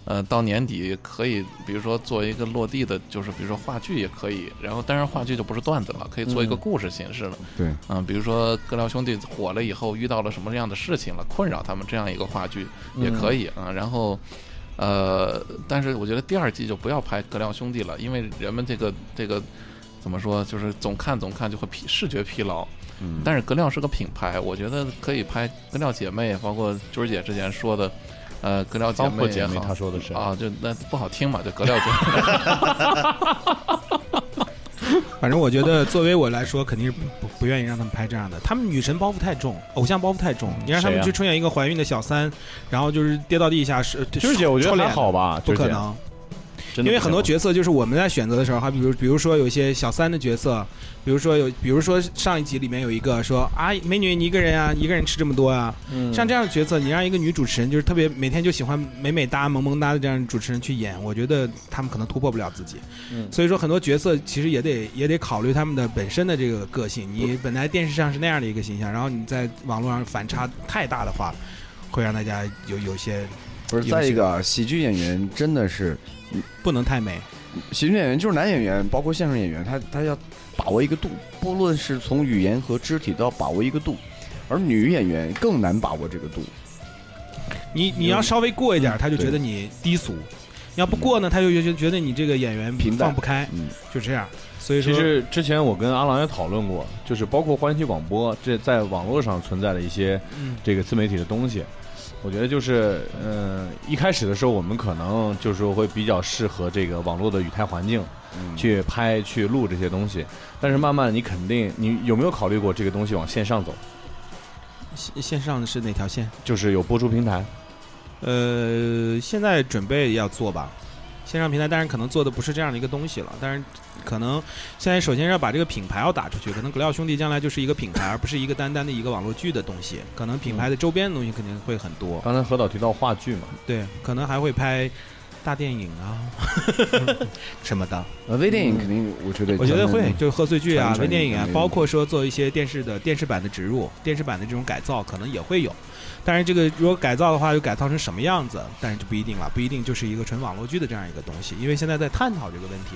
Speaker 8: 呃到年底可以，比如说做一个落地的，就是比如说话剧也可以，然后当然话剧就不是段子了，可以做一个故事形式了。
Speaker 7: 对，
Speaker 8: 嗯、比如说哥廖兄弟火了以后遇到了什么样的事情了，困扰他们这样一个话剧也
Speaker 4: 嗯
Speaker 8: 可以啊、然后，呃，但是我觉得第二季就不要拍哥廖兄弟了，因为人们这个这个怎么说，就是总看总看就会疲视觉疲劳。
Speaker 4: 嗯
Speaker 8: 但是格料是个品牌，我觉得可以拍格料姐妹，包括娟儿姐之前说的，呃，格料姐
Speaker 4: 包
Speaker 8: 妹
Speaker 4: 括
Speaker 8: 也
Speaker 4: 姐妹，
Speaker 8: 好
Speaker 4: 她说的是，
Speaker 8: 啊，就那不好听嘛，就格料姐妹。
Speaker 6: 反正我觉得作为我来说，肯定是不不不愿意让他们拍这样的。他们女神包袱太重，偶像包袱太重，你让他
Speaker 4: 谁
Speaker 6: 们
Speaker 4: 啊
Speaker 6: 去出演一个怀孕的小三，然后就是跌到地下是，
Speaker 4: 娟儿姐，我觉
Speaker 6: 臭
Speaker 4: 得
Speaker 6: 脸
Speaker 4: 还好吧，
Speaker 6: 不
Speaker 4: 娟儿姐，
Speaker 6: 可能。
Speaker 4: 真的
Speaker 6: 因为
Speaker 4: 不可
Speaker 6: 很多
Speaker 4: 能
Speaker 6: 角色就是我们在选择的时候，还比如比如说有一些小三的角色，比如说有，比如说上一集里面有一个说啊，美女你一个人啊，一个人吃这么多啊，
Speaker 7: 嗯
Speaker 6: 像这样的角色，你让一个女主持人就是特别每天就喜欢美美哒、萌萌哒的这样的主持人去演，我觉得他们可能突破不了自己。
Speaker 4: 嗯
Speaker 6: 所以说很多角色其实也得也得考虑他们的本身的这个个性。你本来电视上是那样的一个形象，然后你在网络上反差太大的话，会让大家有有些
Speaker 7: 不是。再一个啊，喜剧演员真的是，
Speaker 6: 不能太美。
Speaker 7: 喜剧演员就是男演员，包括相声演员，他他要把握一个度，不论是从语言和肢体都要把握一个度，而女演员更难把握这个度。
Speaker 6: 你你要稍微过一点儿，他就
Speaker 7: 嗯
Speaker 6: 觉得你低俗；你要不过呢，他就觉觉得你这个演员
Speaker 7: 平淡
Speaker 6: 放不开，
Speaker 7: 嗯，
Speaker 6: 就这样。所以
Speaker 4: 其
Speaker 6: 说，
Speaker 4: 实之前我跟阿郎也讨论过，就是包括欢喜广播这在网络上存在的一些
Speaker 6: 嗯
Speaker 4: 这个自媒体的东西，我觉得就是嗯、呃一开始的时候我们可能就是说会比较适合这个网络的语态环境，
Speaker 6: 嗯
Speaker 4: 去拍去录这些东西，但是慢慢你肯定你有没有考虑过这个东西往线上走，
Speaker 6: 线线上的是哪条线？
Speaker 4: 就是有播出平台，
Speaker 6: 呃，现在准备要做吧，线上平台，但是可能做的不是这样的一个东西了。但是可能现在首先要把这个品牌要打出去，可能格料兄弟将来就是一个品牌，而不是一个单单的一个网络剧的东西。可能
Speaker 7: 嗯
Speaker 6: 品牌的周边的东西肯定会很多，
Speaker 4: 刚才何导提到话剧嘛，
Speaker 6: 对，可能还会拍大电影啊什么的。
Speaker 7: 呃，微电影肯定，我觉得
Speaker 6: 我觉得
Speaker 7: 咱们
Speaker 6: 会，就是贺岁剧啊
Speaker 7: 传、承
Speaker 6: 微电影啊
Speaker 7: 传，承
Speaker 6: 包括说做一些电视的电视版的植入、电视版的这种改造，可能也会有。但是这个如果改造的话，又改造成什么样子，但是就不一定了，不一定就是一个纯网络剧的这样一个东西，因为现在在探讨这个问题，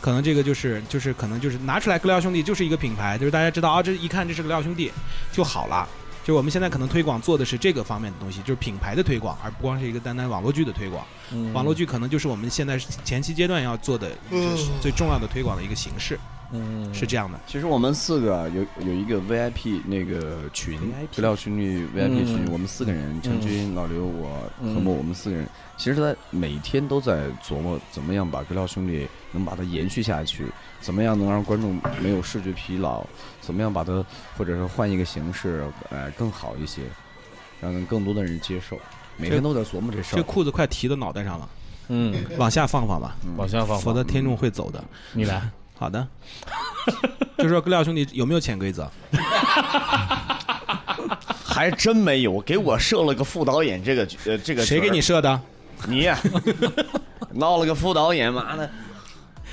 Speaker 6: 可能这个就是就是可能就是拿出来格料兄弟就是一个品牌，就是大家知道啊，这一看这是格料兄弟就好了。就我们现在可能推广做的是这个方面的东西，就是品牌的推广，而不光是一个单单网络剧的推广。
Speaker 4: 嗯
Speaker 6: 网络剧可能就是我们现在前期阶段要做的就是最重要的推广的一个形式。嗯，是这样的。
Speaker 7: 其实我们四个啊有有一个 VIP 那个群，资料群里
Speaker 6: 嗯
Speaker 7: VIP 群，我们四个人，陈军、老刘、我、何默，我们四个人，其实他每天都在琢磨怎么样把资料兄弟能把它延续下去，怎么样能让观众没有视觉疲劳？怎么样把它，或者说换一个形式，呃，更好一些，让更多的人接受。每天都在琢磨这事
Speaker 6: 这
Speaker 7: 儿。
Speaker 6: 裤子快提到脑袋上了，
Speaker 4: 嗯，
Speaker 6: 往下放放
Speaker 7: 嗯
Speaker 6: 吧，嗯
Speaker 4: 往下放嗯
Speaker 6: 否
Speaker 4: 放，
Speaker 6: 则听众会走的。
Speaker 4: 你来，
Speaker 6: 好的， 就说廖兄弟有没有潜规则？
Speaker 9: 还真没有，给我设了个副导演这个呃这个
Speaker 6: 谁
Speaker 9: 角儿
Speaker 6: 给你设的？
Speaker 9: 你 呀闹了个副导演，妈的！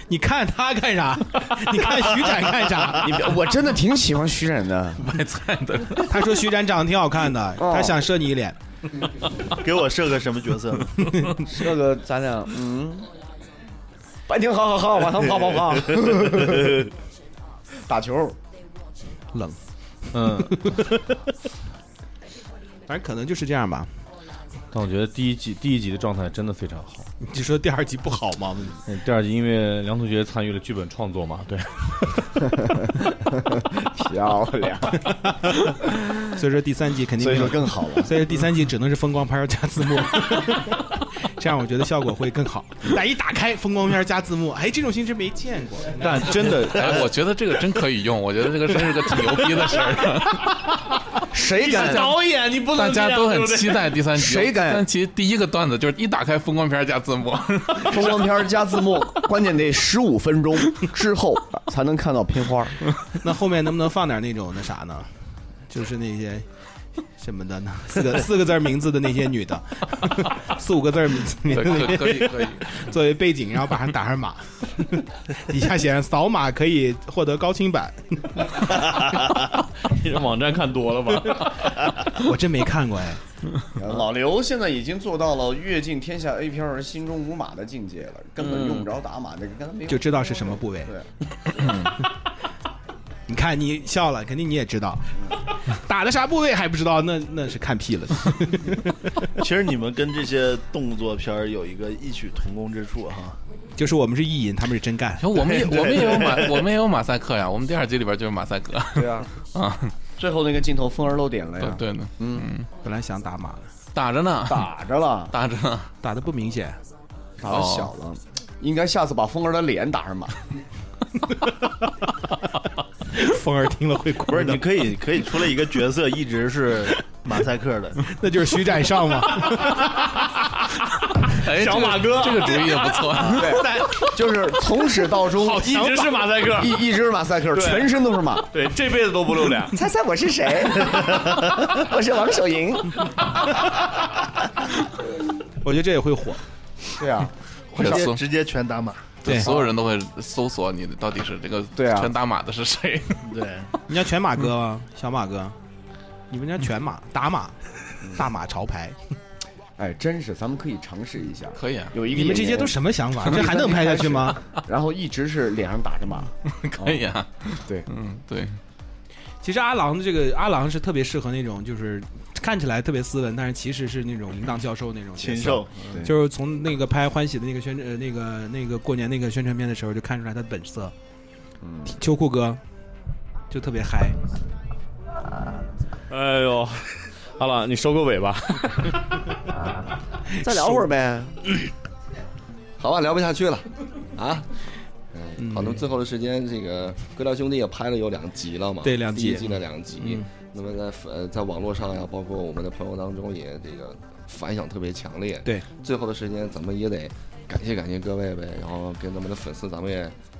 Speaker 6: 你看他干啥？你看徐展干啥？
Speaker 9: 你别 我真的挺喜欢徐冉的，哦
Speaker 8: 卖菜的，
Speaker 6: 他说徐展长得挺好看的，他想射你一脸。
Speaker 5: 给我设个什么角 色呢？
Speaker 9: 这个咱俩嗯，白天好好好，晚上跑跑跑， 打球。
Speaker 6: 冷，
Speaker 4: 嗯，
Speaker 6: 反正可能就是这样吧。
Speaker 4: 但我觉得第一集第一集的状态真的非常好。
Speaker 6: 你说第二集不好吗？
Speaker 4: 嗯第二集因为梁同学参与了剧本创作嘛，对，
Speaker 9: 漂亮，
Speaker 6: 所以说第三集肯定
Speaker 9: 所
Speaker 6: 没
Speaker 9: 以
Speaker 6: 有
Speaker 9: 说更好了。
Speaker 6: 所以第三季只能是风光片儿加字 幕，这样我觉得效果会更好。但一打开风光片儿加字幕，哎，这种形式没见过。
Speaker 4: 但真 的
Speaker 8: 哎，我觉得这个真可以用，我觉得这个真是个挺牛逼的事儿。
Speaker 9: 谁敢？
Speaker 6: 演，你不
Speaker 8: 大家都很期待第三集。
Speaker 9: 谁敢
Speaker 8: 但其实第一个段子就是一打开风光片加字幕，
Speaker 9: 风光片加字幕，关键得十五分钟之后才能看到片花。
Speaker 6: 那后面能不能放点那种那啥呢？就是那些什么的呢？四个四个字儿名字的那些女的， 四五个字儿名字名
Speaker 8: 可
Speaker 6: 字那
Speaker 8: 可可
Speaker 6: 些
Speaker 8: 以可以。
Speaker 6: 作为背景，然后把上打上码， 底下写上扫码可以获得高清版。
Speaker 4: 你这网站看多了吧？
Speaker 6: 我真没看过哎，
Speaker 9: 老刘现在已经做到了阅尽天下 A 片儿而心中无码的境界了，根本用不着打码，那个跟他没有
Speaker 6: 就知道是什么部位。
Speaker 9: 对。
Speaker 6: 你看你笑了，肯定你也知 道，打的啥部位还不知道，那那是看屁了。
Speaker 5: 其实你们跟这些动作片儿有一个异曲同工之处哈，
Speaker 6: 就是我们是意淫，他们是真干。
Speaker 8: 我 们也我们也有马我们也有马赛克呀，我们第二集里边就是马赛克
Speaker 9: 对啊，
Speaker 8: 啊，
Speaker 9: 最后那个镜头风儿漏点了
Speaker 8: 对
Speaker 9: 呀，
Speaker 8: 对呢，
Speaker 6: 嗯
Speaker 8: 嗯
Speaker 6: 本来想打码，
Speaker 8: 打着呢，
Speaker 9: 打着了，
Speaker 8: 打着哦呢，
Speaker 6: 打的不明显，
Speaker 9: 打的小了，应该下次把风儿的脸打上码。
Speaker 6: 风儿听了会哭
Speaker 5: 不是？你可以可以出来一个角色，一直是马赛克的，
Speaker 6: 那就是徐展上嘛。
Speaker 8: 哎，小马哥这个主意也不错，
Speaker 9: 对，就是从始到终，
Speaker 5: 一直是马赛克，
Speaker 9: 一一直是马赛克，全身都是马。
Speaker 5: 对，这辈子都不露脸。
Speaker 9: 猜猜我是 谁？我是王守银。
Speaker 6: 我觉得这也会火。
Speaker 9: 对啊，
Speaker 8: 会
Speaker 5: 直接
Speaker 8: 搜，
Speaker 5: 直接全打码。
Speaker 6: 对，
Speaker 8: 所有人都会搜索你到底是这个
Speaker 9: 对啊
Speaker 8: 全打码的是谁，
Speaker 5: 对，
Speaker 6: 你叫全
Speaker 5: 嗯
Speaker 6: 马哥吗？小马哥，你们家全马打马，
Speaker 5: 嗯
Speaker 6: 大马潮牌，
Speaker 9: 哎，真是，咱们可以尝试一下。
Speaker 8: 可以啊，
Speaker 9: 有一个
Speaker 6: 你们这
Speaker 9: 演
Speaker 6: 些
Speaker 9: 员
Speaker 6: 都什么想法？这还能拍下去吗？
Speaker 9: 然后一直是脸上打着码，
Speaker 8: 可以啊，
Speaker 9: 对
Speaker 8: 嗯，对，
Speaker 6: 其实阿郎的这个阿郎是特别适合那种就是。看起来特别斯文，但是其实是那种淫荡教授那种角色
Speaker 5: 禽兽，
Speaker 8: 嗯
Speaker 6: 就是从那个拍《欢喜》的那个宣呃那个那个过年那个宣传片的时候，就看出来他的本色。
Speaker 8: 嗯
Speaker 6: 秋裤哥就特别嗨，
Speaker 4: 哎呦，好了，你收个尾吧。
Speaker 9: 再聊会儿呗。
Speaker 3: 好吧，聊不下去了，啊。嗯，好，那么最后的时间，这个哥俩兄弟也拍了有两集了嘛？
Speaker 6: 对两集嗯
Speaker 3: 第一季的两集。那么在呃在网络上呀，包括我们的朋友当中也这个反响特别强烈。
Speaker 6: 对，
Speaker 3: 最后的时间咱们也得感谢感谢各位呗，然后跟咱们的粉丝咱们也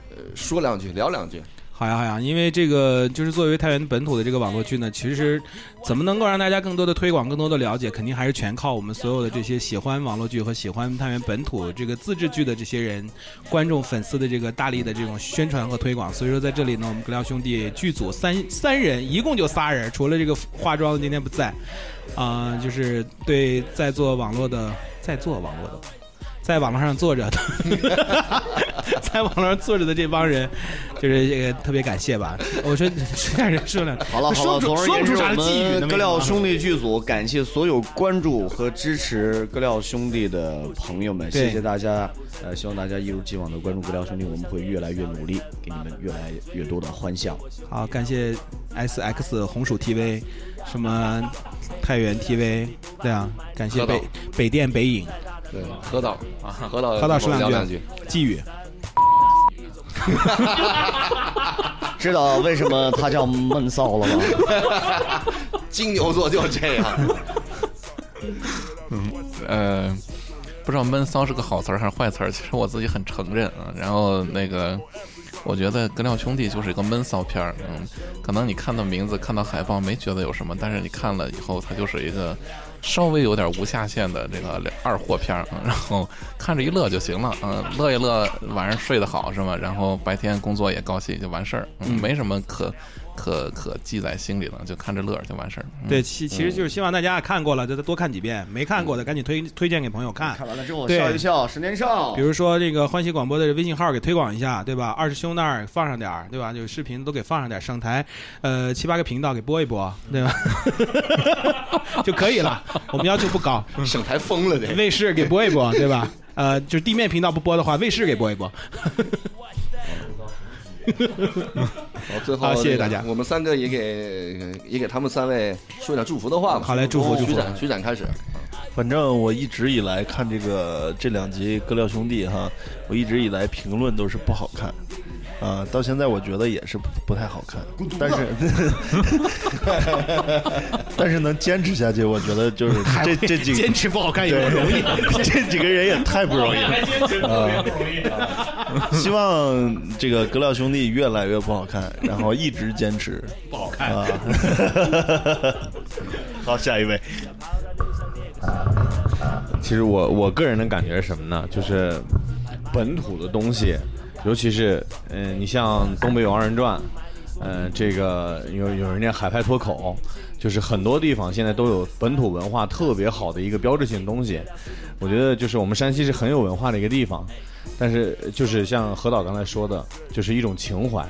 Speaker 3: 呃说两句，聊两句。
Speaker 6: 好呀好呀，因为这个就是作为太原本土的这个网络剧呢，其实怎么能够让大家更多的推广、更多的了解，肯定还是全靠我们所有的这些喜欢网络剧和喜欢太原本土这个自制剧的这些人、观众、粉丝的这个大力的这种宣传和推广。所以说，在这里呢，我们格廖兄弟剧组三三人，一共就仨人，除了这个化妆的今天不在，啊、就是对在做网络的，在做网络的。在网络上坐着的，在网络上坐着的这帮人，就是这个特别感谢吧。我说 谁让人说两句，
Speaker 9: 好了好
Speaker 6: 说
Speaker 9: 了，
Speaker 6: 不
Speaker 9: 总
Speaker 6: 出
Speaker 9: 而
Speaker 6: 说
Speaker 9: 言
Speaker 6: 不
Speaker 9: 之，
Speaker 6: 出
Speaker 9: 我
Speaker 6: 啥寄语
Speaker 9: 们
Speaker 6: 呢。
Speaker 9: 哥廖
Speaker 6: 料
Speaker 9: 兄弟剧组感谢所有关注和支持哥廖兄弟的朋友们，
Speaker 6: 对
Speaker 9: 谢谢大家。呃，希望大家一如既往的关注哥廖兄弟，我们会越来越努力，给你们越来越多的欢笑。
Speaker 6: 好，感谢 S X 红薯 TV，什么太原 TV，对啊，感谢
Speaker 3: 何导
Speaker 6: 北北电北影
Speaker 8: 啊
Speaker 3: 对，何导，何导，
Speaker 6: 何导说
Speaker 3: 聊
Speaker 6: 两
Speaker 3: 两
Speaker 6: 句
Speaker 3: 句。
Speaker 6: 寄语。
Speaker 13: 知道为什么他叫闷骚了吗？
Speaker 3: 金牛座就这样，
Speaker 8: 嗯，呃，不知道闷骚是个好词儿还是坏词儿，其实我自己很承认啊。然后那个，我觉得《哥俩兄弟》就是一个闷骚片儿，嗯，可能你看到名字、看到海报没觉得有什么，但是你看了以后，它就是一个稍微有点无下限的这个二货片儿，嗯然后看着一乐就行了，嗯，乐一乐，晚上睡得好是吧？然后白天工作也高兴就完事儿，嗯，没什么可可可记在心里的，就看着乐儿就完事儿。嗯
Speaker 6: 对，其其实就是希望大家看过了就多看几遍，没看过的赶紧推推荐给朋友看。
Speaker 13: 看完了之后
Speaker 6: 对
Speaker 13: 笑一笑，十年少
Speaker 3: 哦
Speaker 6: 比。如说这个欢喜广播的微信号给推广一下，对吧？二师兄那儿放上点儿，对吧？有视频都给放上点儿，上台，呃，七八个频道给播一播，对吧？ 就可以了。我们要求不高，
Speaker 3: 省台疯了得。
Speaker 6: 卫视给播一 播，对吧？呃，就是地面频道不播的话，卫视给播一播。
Speaker 3: 好，最后、
Speaker 6: 好谢谢大家
Speaker 3: 我们三个也给也给他们三位说点祝福的话吧。
Speaker 6: 好嘞祝福祝福
Speaker 3: 徐展，徐展开始。
Speaker 5: 反正我一直以来看这个这两集《哥廖兄弟》哈，我一直以来评论都是不好看，啊，到现在我觉得也是不不太好看，但是 但是能坚持下去，我觉得就是 这这几
Speaker 6: 坚持不好看也
Speaker 5: 对
Speaker 6: 不 容易。
Speaker 5: 这几个人也太不容易了。啊嗯希望这个格料兄弟越来越不好 看，然后一直坚持不好看。啊、 好，下一位，
Speaker 4: 其实我我个人的感觉是什么呢？就是本土的东西，尤其是嗯、你像东北有二人转，嗯、这个有有人家海派脱口，就是很多地方现在都有本土文化特别好的一个标志性东西。我觉得就是我们山西是很有文化的一个地方，但是就是像何导刚才说的，就是一种情怀。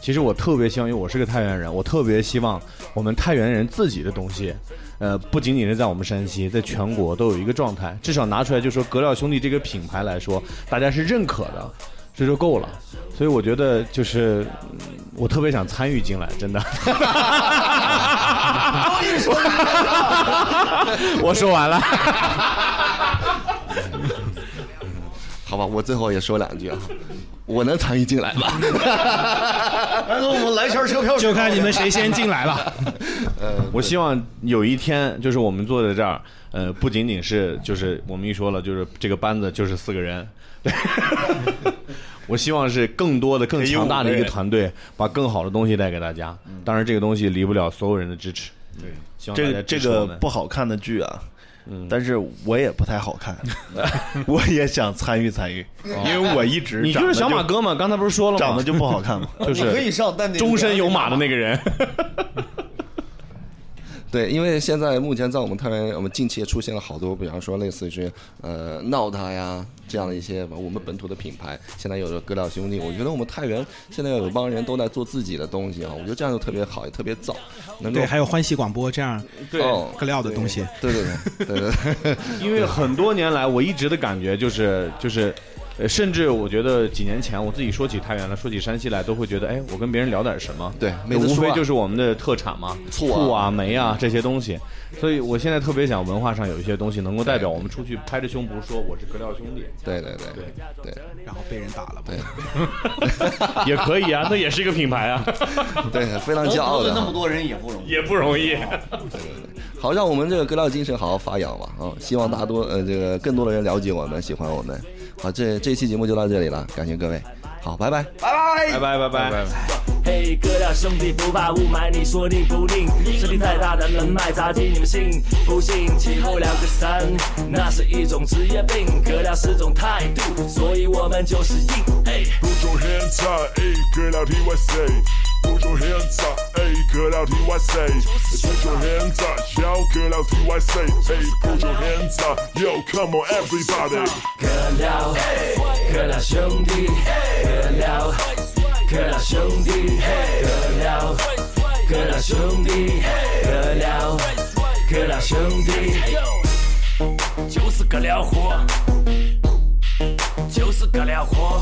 Speaker 4: 其实我特别希望，因为我是个太原人，我特别希望我们太原人自己的东西，呃，不仅仅是在我们山西，在全国都有一个状态，至少拿出来就说格料兄弟这个品牌来说，大家是认可的，这就够了。所以我觉得就是，嗯我特别想参与进来，真的。 我 说完了，
Speaker 3: 好吧，我最后也说两句啊，我能参与进来 吧？
Speaker 13: 来，给我们来圈车票。
Speaker 6: 就看你们谁先进来了。
Speaker 4: 呃我希望有一天，就是我们坐在这儿，呃，不仅仅是就是我们一说了，就是这个班子就是四个人。 我希望是更多的、更强大的一个团队，把更好的东西带给大家。当然，这个东西离不了所有人的支持。对，希望大
Speaker 5: 这
Speaker 4: 家
Speaker 5: 个
Speaker 4: 支
Speaker 5: 这
Speaker 4: 持我
Speaker 5: 个
Speaker 4: 们嗯
Speaker 5: 不好看的剧啊。但是我也不太好 看，我也想参与参与，因为我一直
Speaker 4: 哦你就是小马
Speaker 5: 长得
Speaker 4: 哥嘛？刚才不是说了
Speaker 5: 就，长
Speaker 4: 吗
Speaker 5: 得？就不好看嘛。
Speaker 4: 就
Speaker 13: 你可以
Speaker 4: 是
Speaker 13: 上，但得
Speaker 4: 终身有马的那个人。
Speaker 3: 对，因为现在目前在我们太原，我们近期也出现了好多，比方说类似于是呃闹他呀这样的一些我们本土的品牌，现在有了哥俩兄弟，我觉得我们太原现在有一帮人都在做自己的东西啊，我觉得这样就特别好，也特别早，能够
Speaker 6: 对，还有欢喜广播这样
Speaker 3: 哦
Speaker 6: 各料的东西。
Speaker 3: 对对对对对对，
Speaker 4: 因为很多年来，我一直的感觉就是就是，呃，甚至我觉得几年前我自己说起太原来，说起山西来，都会觉得，哎，我跟别人聊点什么？
Speaker 3: 对没得
Speaker 4: 无
Speaker 3: 说
Speaker 4: 非
Speaker 3: 啊
Speaker 4: 就是我们的特产嘛，
Speaker 3: 醋啊
Speaker 4: 啊、煤啊这些东西。所以我现在特别想文化上有一些东西能够代表我们出去拍着胸脯说我是格料兄弟，
Speaker 3: 对对对对。
Speaker 6: 然后被人打了，
Speaker 4: 也可以啊，那也是一个品牌啊，
Speaker 3: 对，非常
Speaker 13: 能
Speaker 3: 骄
Speaker 13: 得
Speaker 3: 傲
Speaker 13: 罪
Speaker 3: 的啊
Speaker 13: 那么
Speaker 3: 哈，
Speaker 13: 多人也不容易。
Speaker 4: 也不容易。
Speaker 3: 好让我们这个格料精神好好发扬吧啊！希望大多呃这个更多的人了解我们，喜欢我们。好，这这期节目就到这里了，感谢各位，好，拜拜。
Speaker 4: 拜拜拜拜。
Speaker 2: 嘿，哥俩兄弟不怕雾霾，你说定不定？实力再大的人脉砸进，你们信不信？其后两个三，那是一种职业病，哥俩是种态度，所以我们就是硬。嘿。
Speaker 12: Put your hands up, ayy, girl out here I say. Put your hands up, ayy, girl out here I say. Put your hands up, yo, girl out here I say. Hey, put your hands up, yo, come on everybody.
Speaker 2: 哥俩，哥俩兄弟，哥俩，哥俩兄弟，哥俩，哥俩兄弟，哥俩，哥俩兄弟，就是哥俩火，就是哥俩火。